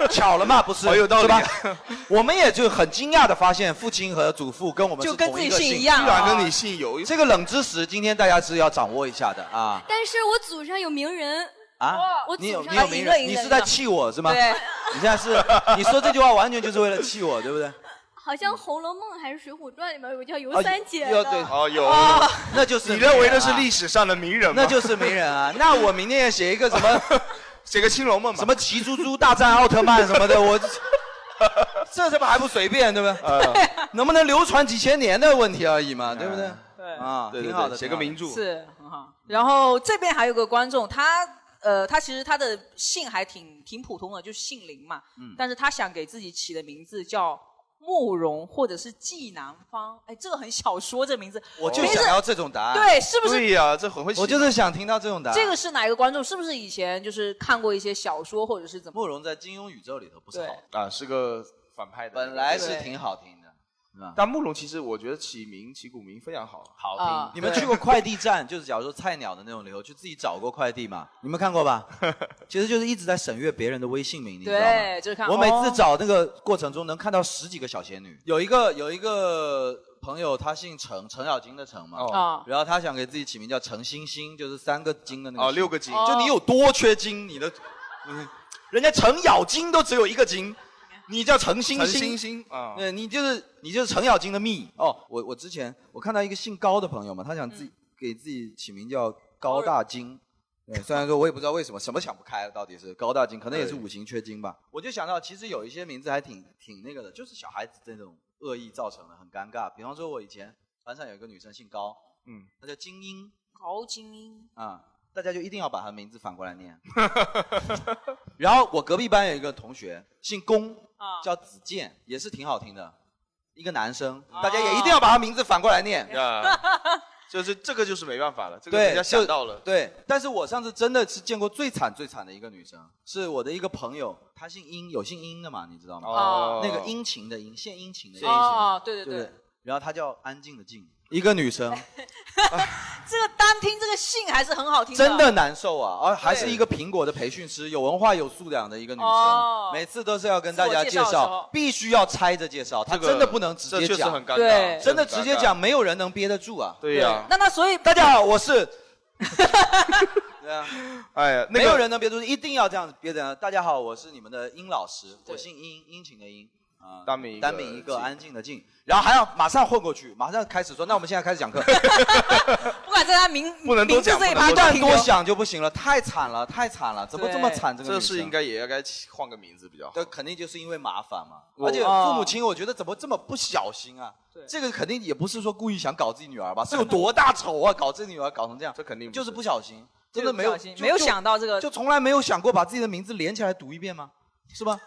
巧了嘛，不是？
好有道理啊
是吧？我们也就很惊讶的发现，父亲和祖父跟我们
就是跟
同一
自己姓
个姓，
一样啊居然
跟你姓有
这个冷知识，今天大家是要掌握一下的啊
但是我祖上有名人
啊！
我祖
你有
上
你有名人，你是在气我是吗？
对
你现在是你说这句话完全就是为了气我，对不对？
好像《红楼梦》还是《水浒传》里面有叫尤
啊
三姐
有
的。
对
哦有
啊那就是
你认为那
的
是历史上的名人吗？
那就是名人啊！那我明天也写一个什么，
写个《青龙梦》吧，
什么骑猪猪大战奥特曼什么的， 我这他妈还不随便，对不对？
嗯
能不能流传几千年的问题而已嘛，对不对？
对
啊，
对对
挺好
对
的，
写
挺
个
好的
名著
是很好。然后这边还有个观众，他呃，他其实他的姓还挺挺普通的，就是姓林嘛。
嗯
但是他想给自己起的名字叫慕容，或者是纪南方。哎，这个很小说，这名字。
我就
名字
想要这种答案。
对是不是
对呀，这很会写。
我就是想听到这种答案。
这个是哪一个观众？是不是以前就是看过一些小说，或者是怎么？
慕容在金庸宇宙里头不
是好
啊，是个反派的那个，
本来是挺好听的，嗯
但慕容其实我觉得起名起古名非常好，
好
听
啊
你们去过快递站，就是假如说菜鸟的那种流，就自己找过快递嘛？你们看过吧？其实就是一直在审阅别人的微信名，你知道吗？
对，就是看
我每次
哦
找那个过程中能看到十几个小仙女。 有一个有一个朋友，他姓陈，程咬金的程嘛，
哦
然后他想给自己起名叫程星星，就是三个金的那个星。
哦六个金
就你有多缺金，你的，嗯人家程咬金都只有一个金，你叫程星星。
程星星啊
对，你就是你就是程咬金的蜜哦。我我之前我看到一个姓高的朋友嘛，他想
嗯
自己、给自己起名叫高大金。对，虽然说我也不知道为什么，什么想不开了，到底是高大金，可能也是
对
五行缺金吧。我就想到，其实有一些名字还挺挺那个的，就是小孩子这种恶意造成的，很尴尬。比方说，我以前班上有一个女生姓高，
嗯，
她叫金英
高精英，
啊、大家就一定要把她名字反过来念。 然后我隔壁班有一个同学姓龚，叫子健，也是挺好听的，一个男生，大家也一定要把他名字反过来念。
啊，就是这个就是没办法了，这个
对
人家想到了，
对，但是我上次真的是见过最惨最惨的一个女生，是我的一个朋友，她姓殷，有姓殷的嘛，你知道吗？
哦
那个殷勤的殷，献殷勤的殷。
哦哦对对哎
对
对
然后她叫安静的静，一个女生，
这个单听这个姓还是很好听
真的难受啊！而还是一个苹果的培训师，有文化有素养的一个女生，
哦
每次都是要跟大
自
家
我介绍的时候
必须要拆着介绍，她
这个
真的不能直接
这确实
讲，
很尴尬对
真的直接
这很尴
讲，没有人能憋得住啊！
对呀
那那所以
大家好，我是对啊，
哎呀，那个
没有人能憋住，一定要这样子憋着。大家好，我是你们的殷老师，我姓殷，殷勤的殷啊，
单名一个
单名一个，安静的静，然后还要马上混过去，马上开始说，那我们现在开始讲课，
不管在他名
不能多
名
讲
字这一趴
不
就
断
停
多
留
想就不行了，太惨了，太惨了，怎么这么惨？这个
这
女
事
生
应该 也该起换个名字比较好。
对，肯定就是因为麻烦嘛。
我
而且父母亲，我啊觉得怎么这么不小心啊？这个肯定也不是说故意想搞自己女儿 吧？是有多大仇啊？搞自己女儿搞成这样，这肯定就是不小心，真的没
就
有
是不小心
就
没有
就
想到这个
就从来没有想过把自己的名字连起来读一遍吗？是吧？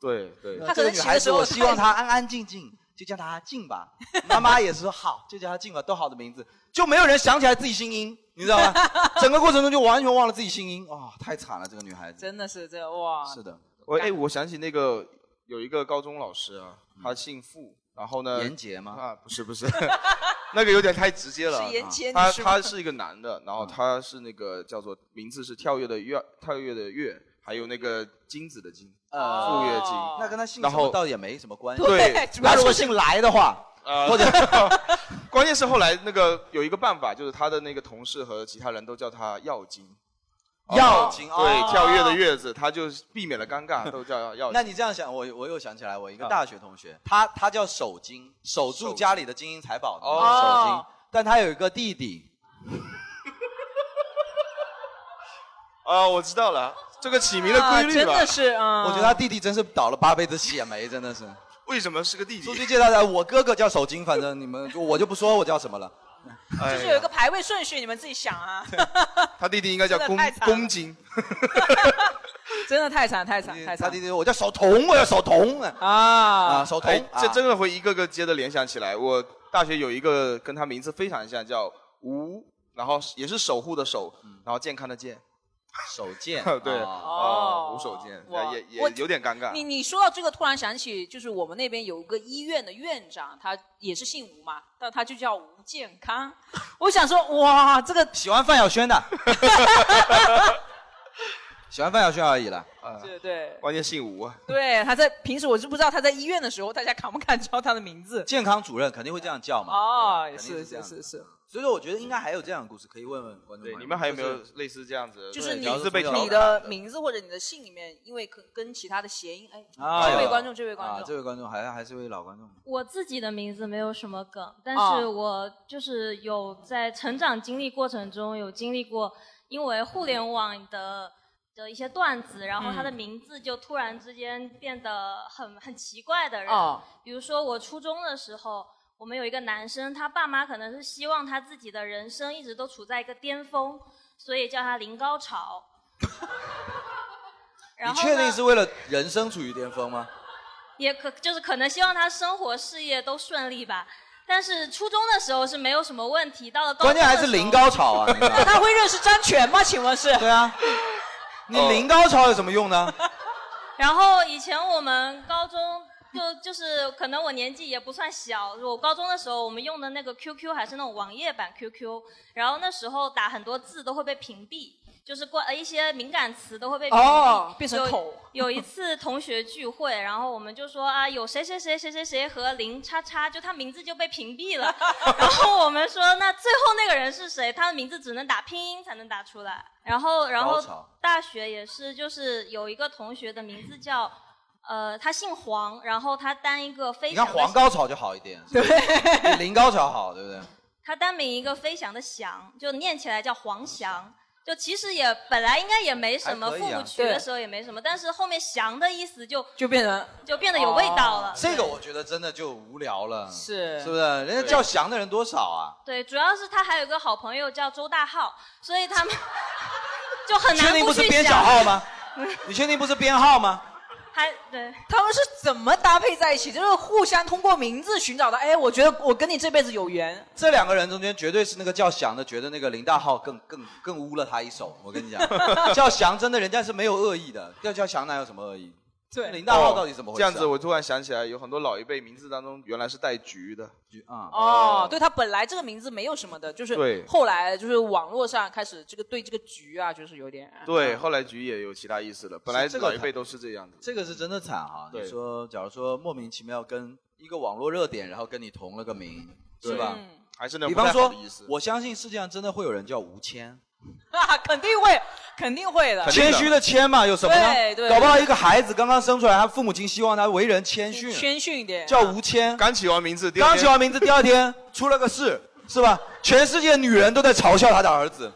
对对，
那这个女孩子，我希望她安安静 静，就叫她静吧。妈妈也是说好，就叫她静吧，多好的名字，就没有人想起来自己姓殷，你知道吗？整个过程中就完全忘了自己姓殷，哇，啊太惨了，这个女孩子。
真的是这哇，
是的，
我哎，我想起那个有一个高中老师啊，他姓傅，然后呢，
嗯严杰吗？
啊，不是不是， 那个有点太直接了啊。
是严杰
他
你是吗
他是一个男的，然
嗯
后他是那个叫做名字是跳跃的跃，跳跃的跃，还有那个金子的金，
呃
傅月金。
那跟他姓
然
什么
后
倒也没什么关系。
对，
他如果姓来的话，
呃，
或者
关键是后来那个有一个办法，就是他的那个同事和其他人都叫他药金。
药金哦
对，跳跃的跃字，他就避免了 尴尬，都叫药金。
那你这样想，我我又想起来，我一
啊
个大学同学，他他叫守金，守住家里的金银财宝的
哦
守金，但他有一个弟 弟，哦
啊，我知道了，这个起名的规
啊
律吧，
我觉得他弟弟真是倒了八辈子血霉，真的是。
为什么是个弟弟？
出去介绍的，我哥哥叫守金，反正你们我就不说我叫什么了。
就是有一个排位顺序，你们自己想啊。
哎
他弟弟应
该叫
真的
公
太惨了
公金，
真的太惨太惨太惨。
他弟弟我叫守童，我要守童
啊
啊，守童
哎，，这
啊
真的会一个个接着联想起来。我大学有一个跟他名字非常像，叫吴，然后也是守护的守，
嗯
然后健康的健，
手贱
对，
哦
哦，吴守健，
哇
也
我
也有点尴尬。
你你说到这个，突然想起，就是我们那边有一个医院的院长，他也是姓吴嘛，但他就叫吴健康。我想说，哇，这个
喜欢范晓 萱的，喜欢范晓萱而已了。
对对
关键姓吴啊。
对，他在平时我是不知道他在医院的时候，大家敢不敢叫他的名字？
健康主任肯定会这样叫嘛。
哦，
啊肯定
是
是这样
是是，
所以说，我觉得应该还有这样的故事，可以问问观众朋友。
对你们还有没有
就是
类似这样子？
就是你
对
名字被
你的名字或者你的姓里面，因为跟跟其他的谐音，哎，
啊，
这
有
位
了
观众，这位观
啊
众，
这位观众还还是位老观众。
我自己的名字没有什么梗，但
哦
是我就是有在成长经历过程中有经历过，因为互联网的的一些段子，然后他的
嗯
名字就突然之间变得很很奇怪的人。
哦
比如说我初中的时候，我们有一个男生，他爸妈可能是希望他自己的人生一直都处在一个巅峰，所以叫他林高潮。 然
你
后
确定
呢
是为了人生处于巅峰吗？
也可就是可能希望他生活事业都顺利吧。但是初中的时候是没有什么问题，到了高中
关键还
的
是
时
零
候
高潮 啊！那
他会认识张全吗？请问是？
对啊，你
哦
零高潮有什么用呢？
然后以前我们高中就就是可能我年纪也不算小，我高中的时候我们用的那个 QQ 还是那种网页版 QQ，然后那时候打很多字都会被屏蔽，就是关呃一些敏感词都会被屏蔽，
哦变成
有
口
有一次同学聚会，然后我们就说啊有谁谁谁谁谁谁和林叉叉，就他名字就被屏蔽了，然后我们说那最后那个人是谁？他的名字只能打拼音才能打出来，然后然后
高潮
大学也是，就是有一个同学的名字叫，呃，他姓黄，然后他单一个飞
你看
翔的，
黄高潮就好一点，对，比零高潮好，对不对？
他单名一个飞翔的翔，就念起来叫黄翔。就其实也本来应该也没什么，
还可以
父
啊
母取的时候也没什么，但是后面翔的意思就
就变成
就变得有味道了。
哦这个我觉得真的就无聊了，
是
是不是？人家叫翔的人多少啊？
对，主要是他还有个好朋友叫周大浩，所以他们 就很
你确
难
定不是
去
编小
想
号吗？ 你确定不是编号吗？
还对。
他们是怎么搭配在一起？就是互相通过名字寻找到，哎，我觉得我跟你这辈子有缘。
这两个人中间，绝对是那个叫翔的，觉得那个林大浩更更更污了他一手。我跟你讲，叫翔真的人家是没有恶意的，要叫翔哪有什么恶意？
对
林大浩到底怎么回事啊
哦这样子，我突然想起来，有很多老一辈名字当中原来是带“菊”的。
菊啊
哦，对他本来这个名字没有什么的，就是
对
后来就是网络上开始这个对这个局啊，就是有点
对，后来“菊”也有其他意思了。本来
这个
老一辈都是这样的。
这个是真的惨哈、
对
你说，假如说莫名其妙跟一个网络热点，然后跟你同了个名，
对
是吧
嗯？还是那种
比方
不太好
说
的意思，
我相信世界上真的会有人叫吴谦，
肯定会，肯定会的。
谦虚的谦嘛，有什么呢？
对对
搞不好一个孩子刚刚生出来，他父母亲希望他为人谦逊，
谦逊一点，
叫吴谦。
刚起完名字，第二天
刚起完名字，第二天出了个事，是吧？全世界女人都在嘲笑他的儿子，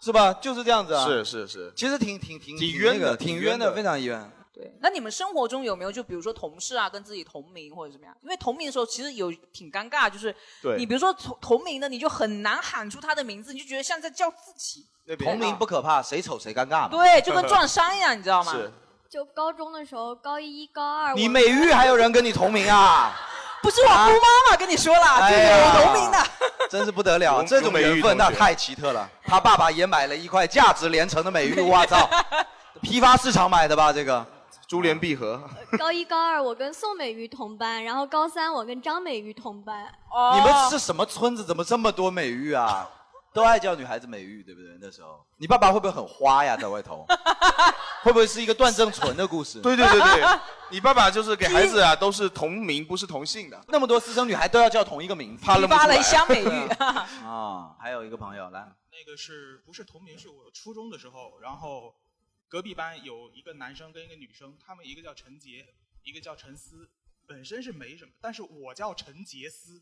是吧？就是这样子啊。
是是是，
其实挺挺挺
挺冤
那个
的
挺
挺
冤
冤的
的，非常冤。
对，那你们生活中有没有就比如说同事啊，跟自己同名或者怎么样？因为同名的时候其实有挺尴尬，就是
对
你比如说同同名的，你就很难喊出他的名字，你就觉得像在叫自己。
同
啊
名不可怕，谁丑谁尴尬嘛。
对，就跟撞衫一样，你知 道吗？
是
就高中的时候，高一、高二，
你
我
美育还有人跟你同名啊？
不是我姑妈妈跟你说了，
哎
这
呀
个有同名的。
真是不得了，这种缘分那太奇特了。他爸爸也买了一块价值连城的美 玉，我操，批发市场买的吧？这个
珠联璧合，
高一、高二我跟宋美玉同班，然后高三我跟张美玉同班。
哦
你们是什么村子？怎么这么多美玉啊？都爱叫女孩子美玉，对不对？那时候你爸爸会不会很花呀？在外 头，会不会是一个段正淳的故事？
对对对对，你爸爸就是给孩子啊，都是同名，不是同姓的。
那么多私生女孩都要叫同一个名字，
怕认不出来批发了一箱美
玉
啊！还有一个朋友来，
那个是不是同名？是我初中的时候，然后隔壁班有一个男生跟一个女生，他们一个叫陈杰，一个叫陈思，本身是没什么，但是我叫陈杰思，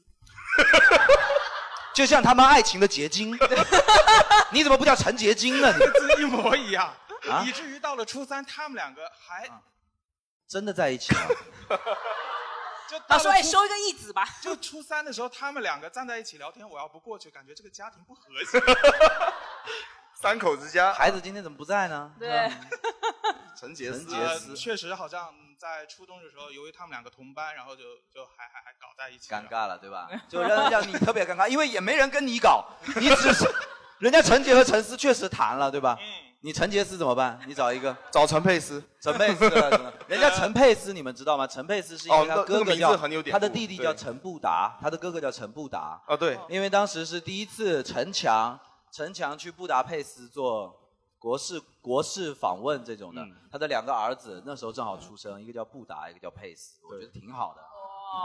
就像他们爱情的结晶，你怎么不叫陈结晶呢？
一
你
模一样，
啊
以至于到了初三，他们两个还、
真的在一起了。
就到
他
了
说：“哎，
初
收一个义子吧。
就初三的时候，他们两个站在一起聊天，我要不过去，感觉这个家庭不和谐。
三口之家，
孩子今天怎么不在呢？啊
对，
陈杰斯，
呃嗯确实好像在初中的时候，由于他们两个同班，然后就就还还还搞在一起。
尴尬了，对吧？就让让你特别尴尬，因为也没人跟你搞，你只是人家陈杰和陈思确实谈了，对吧？你陈杰斯怎么办？你找一个
找陈佩斯，
陈佩斯了，真的人家陈佩斯你们知道吗？陈佩斯是因
哦
为
那
他哥
那个
哥
名
叫
字很有典
他
故
的弟弟叫
对
陈布达，他的哥哥叫陈布达
啊，对，
因为当时是第一次陈强陈强去布达佩斯做国事国事访问这种的，
嗯
他的两个儿子那时候正好出生，一个叫布达，一个叫佩斯，我觉得挺好的。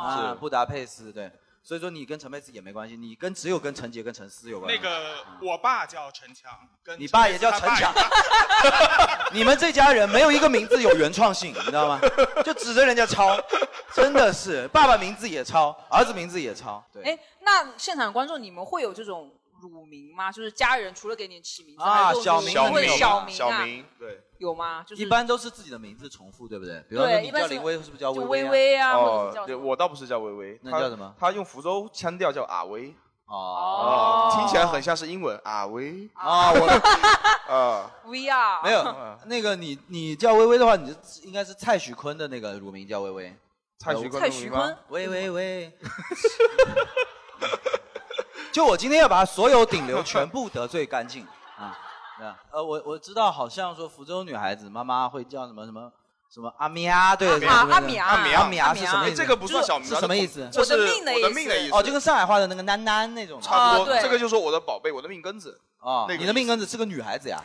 啊，
是
布达佩斯对，所以说你跟陈佩斯也没关系，你跟只有跟陈杰跟陈思有关。
那个我爸叫陈强，跟
嗯你爸也叫
他
陈
爸
强，啊 你们这家人没有一个名字有原创性，你知道吗？就指着人家抄，真的是爸爸名字也抄，儿子名字也抄，对。
哎，那现场观众你们会有这种乳名吗？就是家人除了给你起名字，还
啊，
有这
小
种
明
乳名或者小
明，
啊，
对，
有吗？就是
一般都是自己的名字重复，对不对？比方说
对
你
一般
叫
是
林薇，是不是叫
就
薇
薇薇啊或者
哦
是叫，
对，我倒不是叫薇薇，
那
他
叫什么？
他用福州腔调叫阿威。
哦
听起来很像是英文阿威
啊，
我啊，
VR
没
嗯
有，那个你你叫薇薇的话，你就应该是蔡徐坤的那个乳名叫薇呃薇。
蔡徐坤蔡徐坤的乳名吗
喂喂喂。就我今天要把所有顶流全部得罪干净啊！那呃，我我知道，好像说福州女孩子妈妈会叫什么什么什么阿米啊，对，
啊
什么什么
阿米啊
阿米啊
阿米啊
阿米啊是什么意思？
这个不算小名
是什么意思？
这是我的命的意思我的命的意思
哦，就跟上海话的那个囡囡那种
差
啊
不多，这个就是我的宝贝，我的命根子
啊
那个啊
你的命根子是个女孩子呀，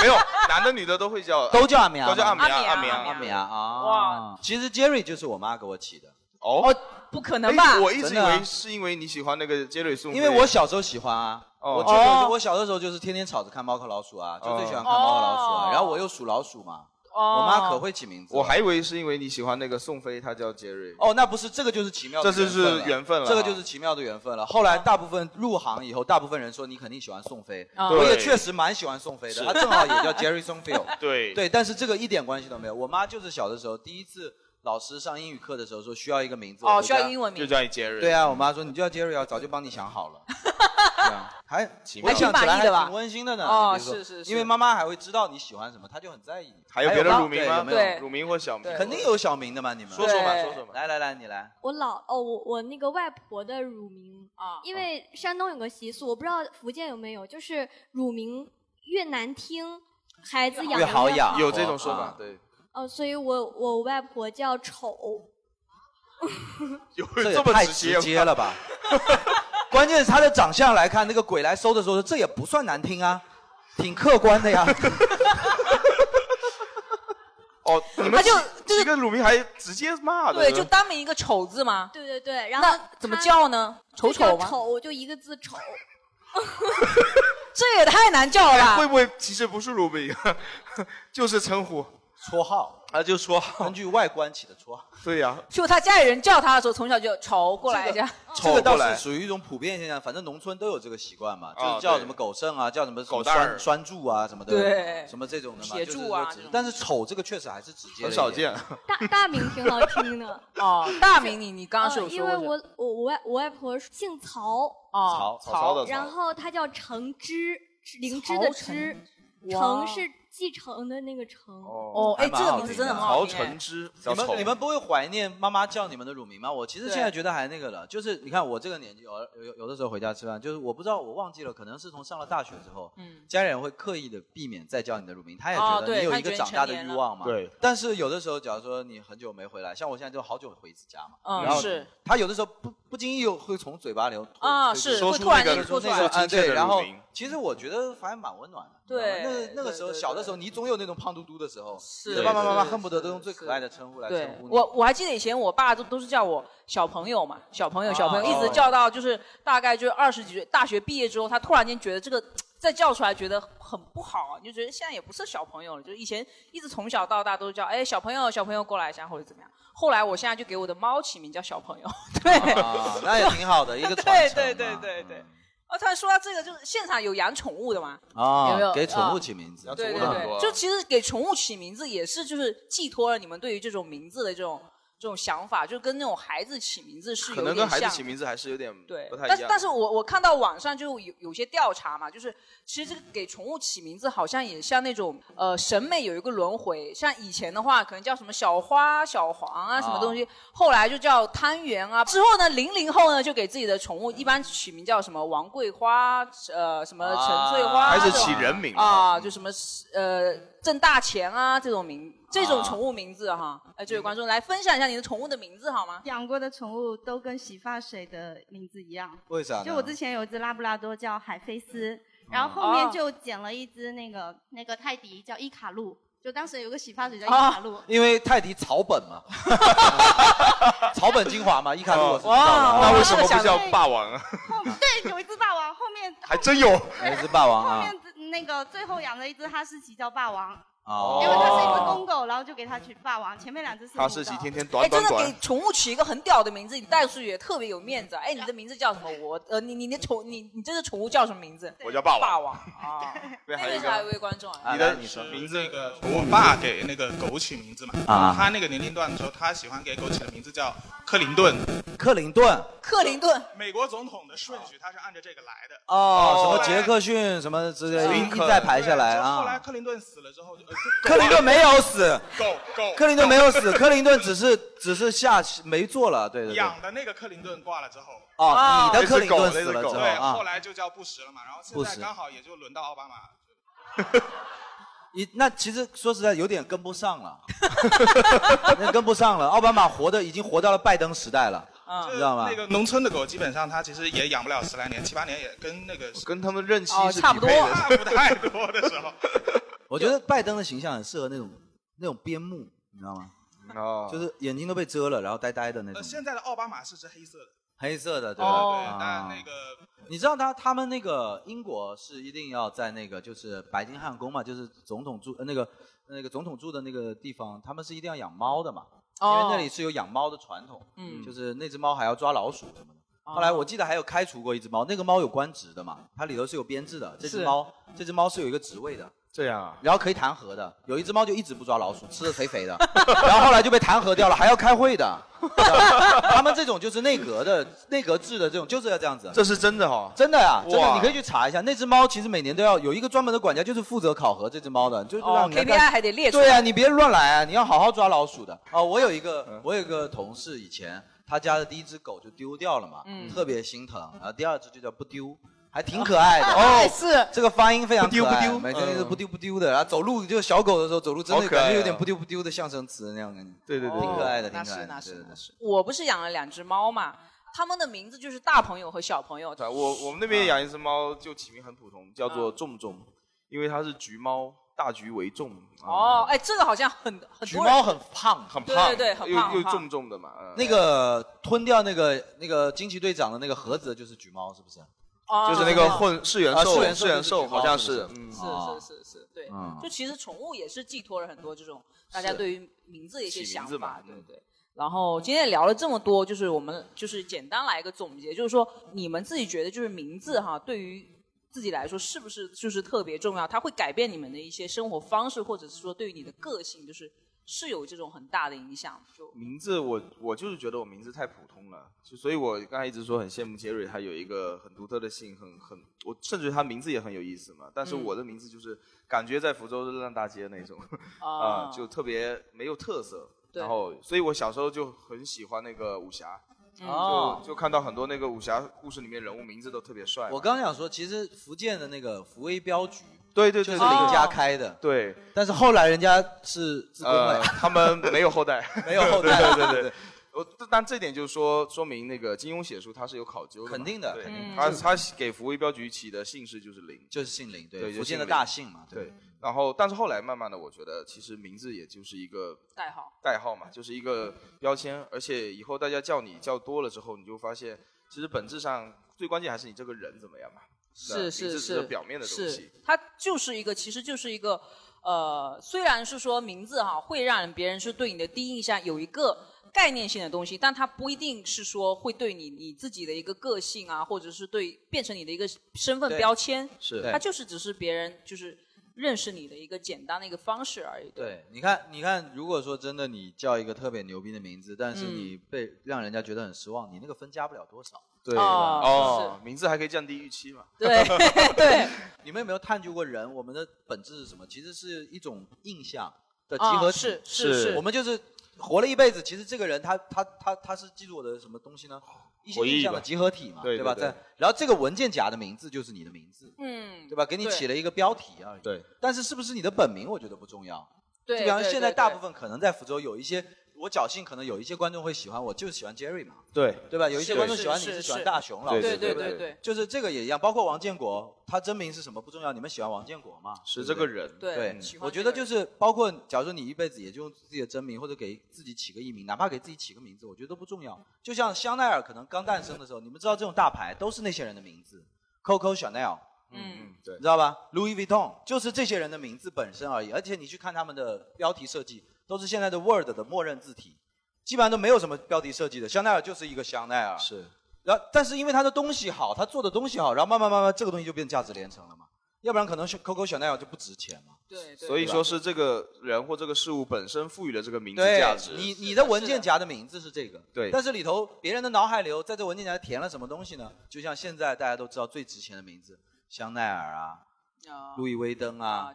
没有，男的女的都会叫，
都叫阿米啊，
都叫阿米啊，
阿
米
啊，
阿
阿米啊啊！
哇
哇，其实 Jerry 就是我妈给我起的
哦，
不可
哎
能吧？
我一直以
真的
为
啊
是因为你喜欢那个杰瑞宋，
因为我小时候喜欢啊，
哦
我就我
哦
我小的时候就是天天吵着看猫和老鼠啊，就最喜欢
哦
看猫和老鼠啊
哦，
然后我又属老鼠嘛，
哦
我妈可会起名字了，
我还以为是因为你喜欢那个宋飞，他叫杰瑞。
哦，那不是这个就是奇妙的
这
缘分
就
了，
是缘分了
这个就是奇妙的缘分了。后来大部分入行以后，大部分人说你肯定喜欢宋飞，
啊
我也
对
确实蛮喜欢宋飞的，
是
他正好也 叫 Jerry Songfield，
对
哦对，但是这个一点关系都没有。我妈就是小的时候第一次老师上英语课的时候说需要一个名字，
哦
我就
需要
叫
英文名就
叫你 Jerry
对啊，我妈说你就叫 Jerry 啊，早就帮你想好了。对啊还
奇
回
妙
想起来
还挺满意的吧
还挺温馨的呢。
哦
你别
是
说
是是
因为妈妈还会知道你喜欢什么，她就很在意你。
还有别的
吗
乳名
对有
吗？
没有
乳名或小名，
肯定有小名的嘛，你们
说说吧，
对
说说吧。
来来来，你来。
我老哦，我我那个外婆的乳名啊，因为山东有个习俗，我不知道福建有没有，就是乳名越难听，孩子养得
越好养，啊
有这种说法
对，
哦，所以我我外婆叫丑，
这也
这么
太
直接
直接了吧？ 关键是他的长相来看，那个鬼来收的时候，这也不算难听啊，挺客观的呀。
哦，你们就这个乳名还直接骂的，
对，就单名一个丑字吗？
对对对，然后
怎么
她
叫呢？丑
就叫
丑吗？
丑就一个字丑。
这也太难叫了
哎
吧？
会不会其实不是乳名， 就是称呼
绰号
啊？就说号，
根据外观起的绰号。
对呀、
就他家里人叫他的时候，从小就瞅过来一下。
嗯
这个倒是属于一种普遍现象，反正农村都有这个习惯嘛，就
啊
是叫什么狗剩啊，叫什么什么
狗蛋儿
拴拴柱啊什么的，
对
什么这种的嘛，
铁
就是
柱
说
啊
只
这种
但是丑这个确实还是直接了一
很少
点
见
大大名挺好听的。
哦，大名你你刚刚是有
呃
说
因为
过
我
的
我我外我外婆姓曹，
哦曹曹曹操的曹
然后她叫承之，灵芝的
曹承
芝，
之哇
承是继承的那个承。
哦哎还蛮这个好名字听真的的很好听哎曹承
之
小
你
丑
们你们不会怀念妈妈叫你们的乳名吗？我其实
对
现在觉得还那个了，就是你看我这个年纪，有有有的时候回家吃饭，就是我不知道我忘记了，可能是从上了大学之后，
嗯
家里人会刻意的避免再叫你的乳名，他也
哦
觉得
对
你有
他
一个
觉得
长
成
大的
年
欲
了
望嘛。
对。
但是有的时候，假如说你很久没回来，像我现在就好久回一次家嘛，
嗯
然后
是
他有的时候不不经意会从嘴巴里头吐
啊
就是说
会
出
突然
那
间
个说
说
那
出
个
来
啊
亲切
对，
的
然
乳
后
名
其实我觉得还蛮温暖的。
对
那个那个时候小的时候，你总有那种胖嘟嘟的时候，你的
对
爸爸
对
妈妈
对
恨不得都用最可爱的称呼来
对
称呼你。
我我还记得以前我爸都都是叫我小朋友嘛，小朋友小
哦
朋友，一直叫到就是大概就二十几岁，大学毕业之后，他突然间觉得这个再叫出来觉得很不好，啊就觉得现在也不是小朋友了，就是以前一直从小到大都叫哎小朋友小朋友过来一下或者怎么样，后来我现在就给我的猫起名叫小朋友，对，
啊，那也挺好的一个传
对
承
对
嘛
对对对。哦，突然说到这个，就是现场有养宠物的嘛？有没有
啊，给宠
啊
物起名字，
对对对，就其实给宠物起名字也是，就是寄托了你们对于这种名字的这种这种想法，就跟那种孩子起名字是
可
有
能
点
跟
像
孩
的。
子起名字还是有点
对
不太一
但
样
是。但是我我看到网上就有有些调查嘛，就是其实这个给宠物起名字好像也像那种呃审美有一个轮回，像以前的话可能叫什么小花、小黄啊什么东西，后来就叫汤圆啊，之后呢零零后呢就给自己的宠物一般取名叫什么王桂花、呃什么陈翠花，
啊还是
这种
起人名
啊，就什么呃挣大钱啊这种名这种
啊嗯
宠物名字哈，哎这位观众来分享一下你的宠物的名字好吗？
养过的宠物都跟洗发水的名字一样。
为啥呢嗯
就我之前有一只拉布拉多叫海菲斯，然后后
哦
面就捡了一只那个那个泰迪叫伊卡璐，就当时有个洗发水叫伊卡
啊
璐。，
因为泰迪草本 嘛，草本精华嘛，伊卡洛。
哦
哇那为什么不叫霸
王啊？
后对有一只霸 王，后面
还真有，还是霸王
后
啊？
面那个最后养了一只哈士奇叫霸王，
哦
因为它是一只公狗，然后就给它取霸王，前面两只是母狗。
天天
哎，真的给宠物取一个很屌的名字，你带出去也特别有面
嗯
子啊。哎，你的名字叫什么？我呃，你你你宠你你这只宠物叫什么名字？
我叫霸王
霸王啊！
对还有
那
一
是
个
还有一位观众啊，
你的
名字那个我爸给那个狗起名字嘛，
啊
他那个年龄段的时候，他喜欢给狗起的名字叫克林顿。
克林顿
克林顿，
美国总统的顺序他是按照这个来的。
哦，什
后
么
来
杰克逊什么之类的，一
林
一
肯
再排下来
对后
啊
来。克林顿死了之后，就呃
克林顿没有死，
狗狗，
克林顿没有 死，
狗
克林顿只是只是下没做了，对对对。
养的那个克林顿挂了之后，
哦你的克林顿死了之后
对，
啊
后来就叫布什了嘛，然后现
布
在
什
刚好也就轮到奥巴马。
一那其实说实在有点跟不上了， 那跟不上了。奥巴马活的已经活到了拜登时代了，你知道吗
嗯那？个农村的狗基本上它其实也养不了十来年，七八年也跟那个
跟他们任
期哦是差不多匹配的
差不太多的时候。
我觉得拜登的形象很适合那种那种边牧，你知道吗？哦，就是眼睛都被遮了，然后呆呆的那
呃，
种，
现在的奥巴马是只黑色的，
黑色的，对吧？
哦
啊
对那那个
你知道他他们那个英国是一定要在那个就是白金汉宫嘛，就是总统住呃那个那个总统住的那个地方，他们是一定要养猫的嘛，
哦
因为那里是有养猫的传统，
嗯哦
就是那只猫还要抓老鼠什么的。后来我记得还有开除过一只猫，那个猫有官职的嘛，它里头是有编制的，这只
是
猫这只猫是有一个职位的。
这样啊？
然后可以弹劾的，有一只猫就一直不抓老鼠，吃的肥肥的， 然后后来就被弹劾掉了，还要开会的。 他们这种就是内阁的内阁制的这种就是要这样子，
这是真的哈、
真的呀、真的，
哇
你可以去查一下。那只猫其实每年都要有一个专门的管家，就是负责考核这只猫的，就是
哦
让你来干
KPI 还得列出来
对呀、你别乱来啊，你要好好抓老鼠的。啊，我有一
嗯
个，我有一个同事以前他家的第一只狗就丢掉了嘛，
嗯
特别心疼。然后第二只就叫不丢。还挺可爱的
哦是
这个发音非常可
不
爱
丢不丢
每天就是
嗯
不丢不丢的，然后走路就小狗的时候走路真的
好可爱啊
感觉有点不丢不丢的象声词那样感觉，
对对
对
挺可爱的，
对
挺可爱的，
那是
对对对
我不是养了两只猫嘛，它们的名字就是大朋友和小朋友。
对啊我我们那边养一只猫，就起名很普通，叫
嗯
做重重，因为它是橘猫，大橘为重。啊
哦，哎，这个好像很很
橘
多人
猫很胖，
很
对
胖，
对对很
又
胖
又
很胖
重重的嘛。嗯
那个吞掉那个那个惊奇队长的那个盒子的就是橘猫，是不是？
就是那个混世元
啊
兽
世元兽
世元兽
就是
好像
举
是
报是不是
嗯
是
哦
是是是，对
嗯，
就其实宠物也是寄托了很多这种大家
是
对于名字的一些
起
想
名字
法
嘛，
对对。然后今天也聊了这么多，就是我们就是简单来一个总结，就是说你们自己觉得就是名字哈，对于自己来说是不是就是特别重要？它会改变你们的一些生活方式，或者是说对于你的个性，就是是有这种很大的影响。就
名字我我就是觉得我名字太普通了，就所以我刚才一直说很羡慕杰瑞，他有一个很独特的姓，很很我甚至他名字也很有意思嘛。但是
嗯
我的名字就是感觉在福州是烂大街那 种，
哦
啊、就特别没有特色。
对
然后，所以我小时候就很喜欢那个武侠，
嗯哦
就就看到很多那个武侠故事里面人物名字都特别帅嘛。
我刚想说，其实福建的那个福威镖局，
对对
就
对
是
对
林家
哦
开的，
对。
但是后来人家是自工会
呃，，他们没有后代
，没有后代
对对对对。我但这点就是说，说明那个金庸写书他是有考究的嘛，
肯定的
对
肯定的
他
嗯
他给福威镖局起的姓氏就是林，
就是姓林，
对，
对，
就
福建的
林
大姓嘛，
对。然后，但是后来慢慢的，我觉得其实名字也就是一个
代号，
代号
嗯
嘛，就是一个标签。而且以后大家叫你叫多了之后，你就发现，其实本质上最关键还是你这个人怎么样嘛。
是
名
是
字只
是
是表面的东西
是。它就是一个，其实就是一个，呃，虽然是说名字哈、会让别人是对你的第一印象有一个概念性的东西，但它不一定是说会对你你自己的一个个性啊，或者是对变成你的一个身份
对
标签，
是
它就是只是别人就是认识你的一个简单的一个方式而已。
对，你看，你看，如果说真的你叫一个特别牛逼的名字，但是
嗯
你被、让人家觉得很失望，你那个分加不了多少。
对
吧
哦，名字还可以降低预期 嘛。
对，
你们有没有探究过人？我们的本质是什么？其实是一种印象的集
啊
合体。
是是是
我们就是活了一辈子，其实这个人他他他他是记住我的什么东西呢？一些
回忆
印象的
吧
集合体嘛，
对
吧？
对对
在然后这个文件夹的名字就是你的名字，
嗯，
对吧？给你起了一个标题而已。对。但是是不是你的本名，我觉得不重要。
对
就比方
对
说现在
对
大
对
部分可能在福州有一些，我侥幸可能有一些观众会喜欢我，就是喜欢 Jerry 嘛。
对
对吧？有一些
是
观众喜欢你
是
是
是
喜欢大熊老师，
对
对
对对
不
对对，
就是这个也一样。包括王建国，他真名是什么不重要，你们喜欢王建国吗？
是
对不对
这个人
对，
对喜欢
我觉得就是包括，假如说你一辈子也就用自己的真名或者给自己起个艺名，哪怕给自己起个名字，我觉得都不重要。就像香奈儿可能刚诞生的时候，你们知道这种大牌都是那些人的名字，Coco Chanel。
嗯，
对
你知道吧？Louis Vuitton 就是这些人的名字本身而已，而且你去看他们的标题设计，都是现在的 Word 的默认字体，基本上都没有什么标题设计的。香奈儿就是一个香奈儿，
是。
然后，但是因为它的东西好，它做的东西好，然后慢慢慢慢，这个东西就变价值连城了嘛。要不然可能是 Coco Chanel 就不值钱嘛。
对
所
对
以
吧
说是这个人或这个事物本身赋予了这个名字
对
价值。
你你的文件夹的名字是这个，
对
但是里头别人的脑海里头在这文件夹填了什么东西呢？就像现在大家都知道最值钱的名字，香奈儿啊，路易威登啊，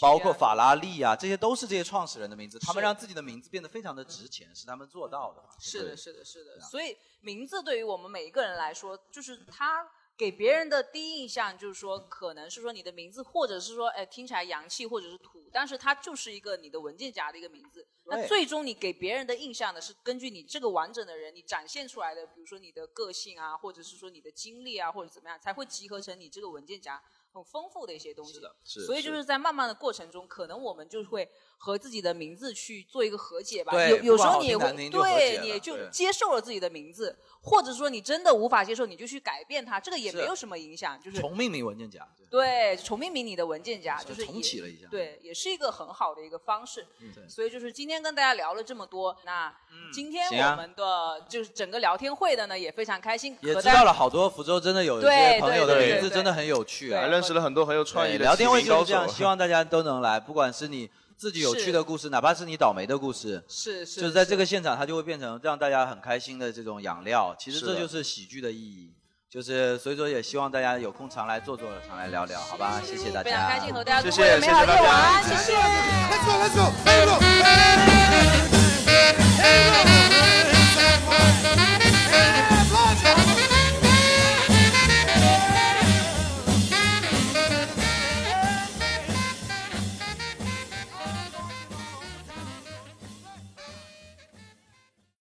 包括法拉利啊，这些都是这些创始人的名字，他们让自己的名字变得非常的值钱，是他们做到的嘛。
是
对
的，是的，是的。所以名字对于我们每一个人来说，就是他给别人的第一印象，就是说可能是说你的名字，或者是说哎听起来洋气或者是土，但是它就是一个你的文件夹的一个名字。那
对
最终你给别人的印象呢，是根据你这个完整的人，你展现出来的，比如说你的个性啊，或者是说你的经历啊，或者怎么样，才会集合成你这个文件夹很丰富的一些东西。
是
所以就是
是
在慢慢的过程中，可能我们就会和自己的名字去做一个和解吧。
对
有有
不
时候
管好
你也
听
会
难听就和解
对，
了
你也就
对
接受了自己的名字，或者说你真的无法接受，你就去改变它，这个也
是
没有什么影响，就是
重命名文件夹，对
对重命名你的文件夹，就是
重
也
启了一下嗯
对，也是一个很好的一个方式。
对
所以就是今天跟大家聊了这么多，那今天
行啊
我们的就是整个聊天会的呢也非常开心，
也
和
知
大家
道了好多福州真的有一
对
些朋友的
对对
名字
对
真的很有趣啊，
还认识了很多很有创意
对
的
聊天会
起名
就
高
是这样，
手。
希望大家都能来，不管是你自己有趣的故事，哪怕是你倒霉的故事，
是是
就是在这个现场，它就会变成让大家很开心的这种养料。其实
是
这
的
就是喜剧的意义，就是所以说也希望大家有空常来坐坐，常来聊聊，好吧？谢谢大家，
非常开心和大家
谢
度
谢
过一个美好的夜晚，
谢谢
谢谢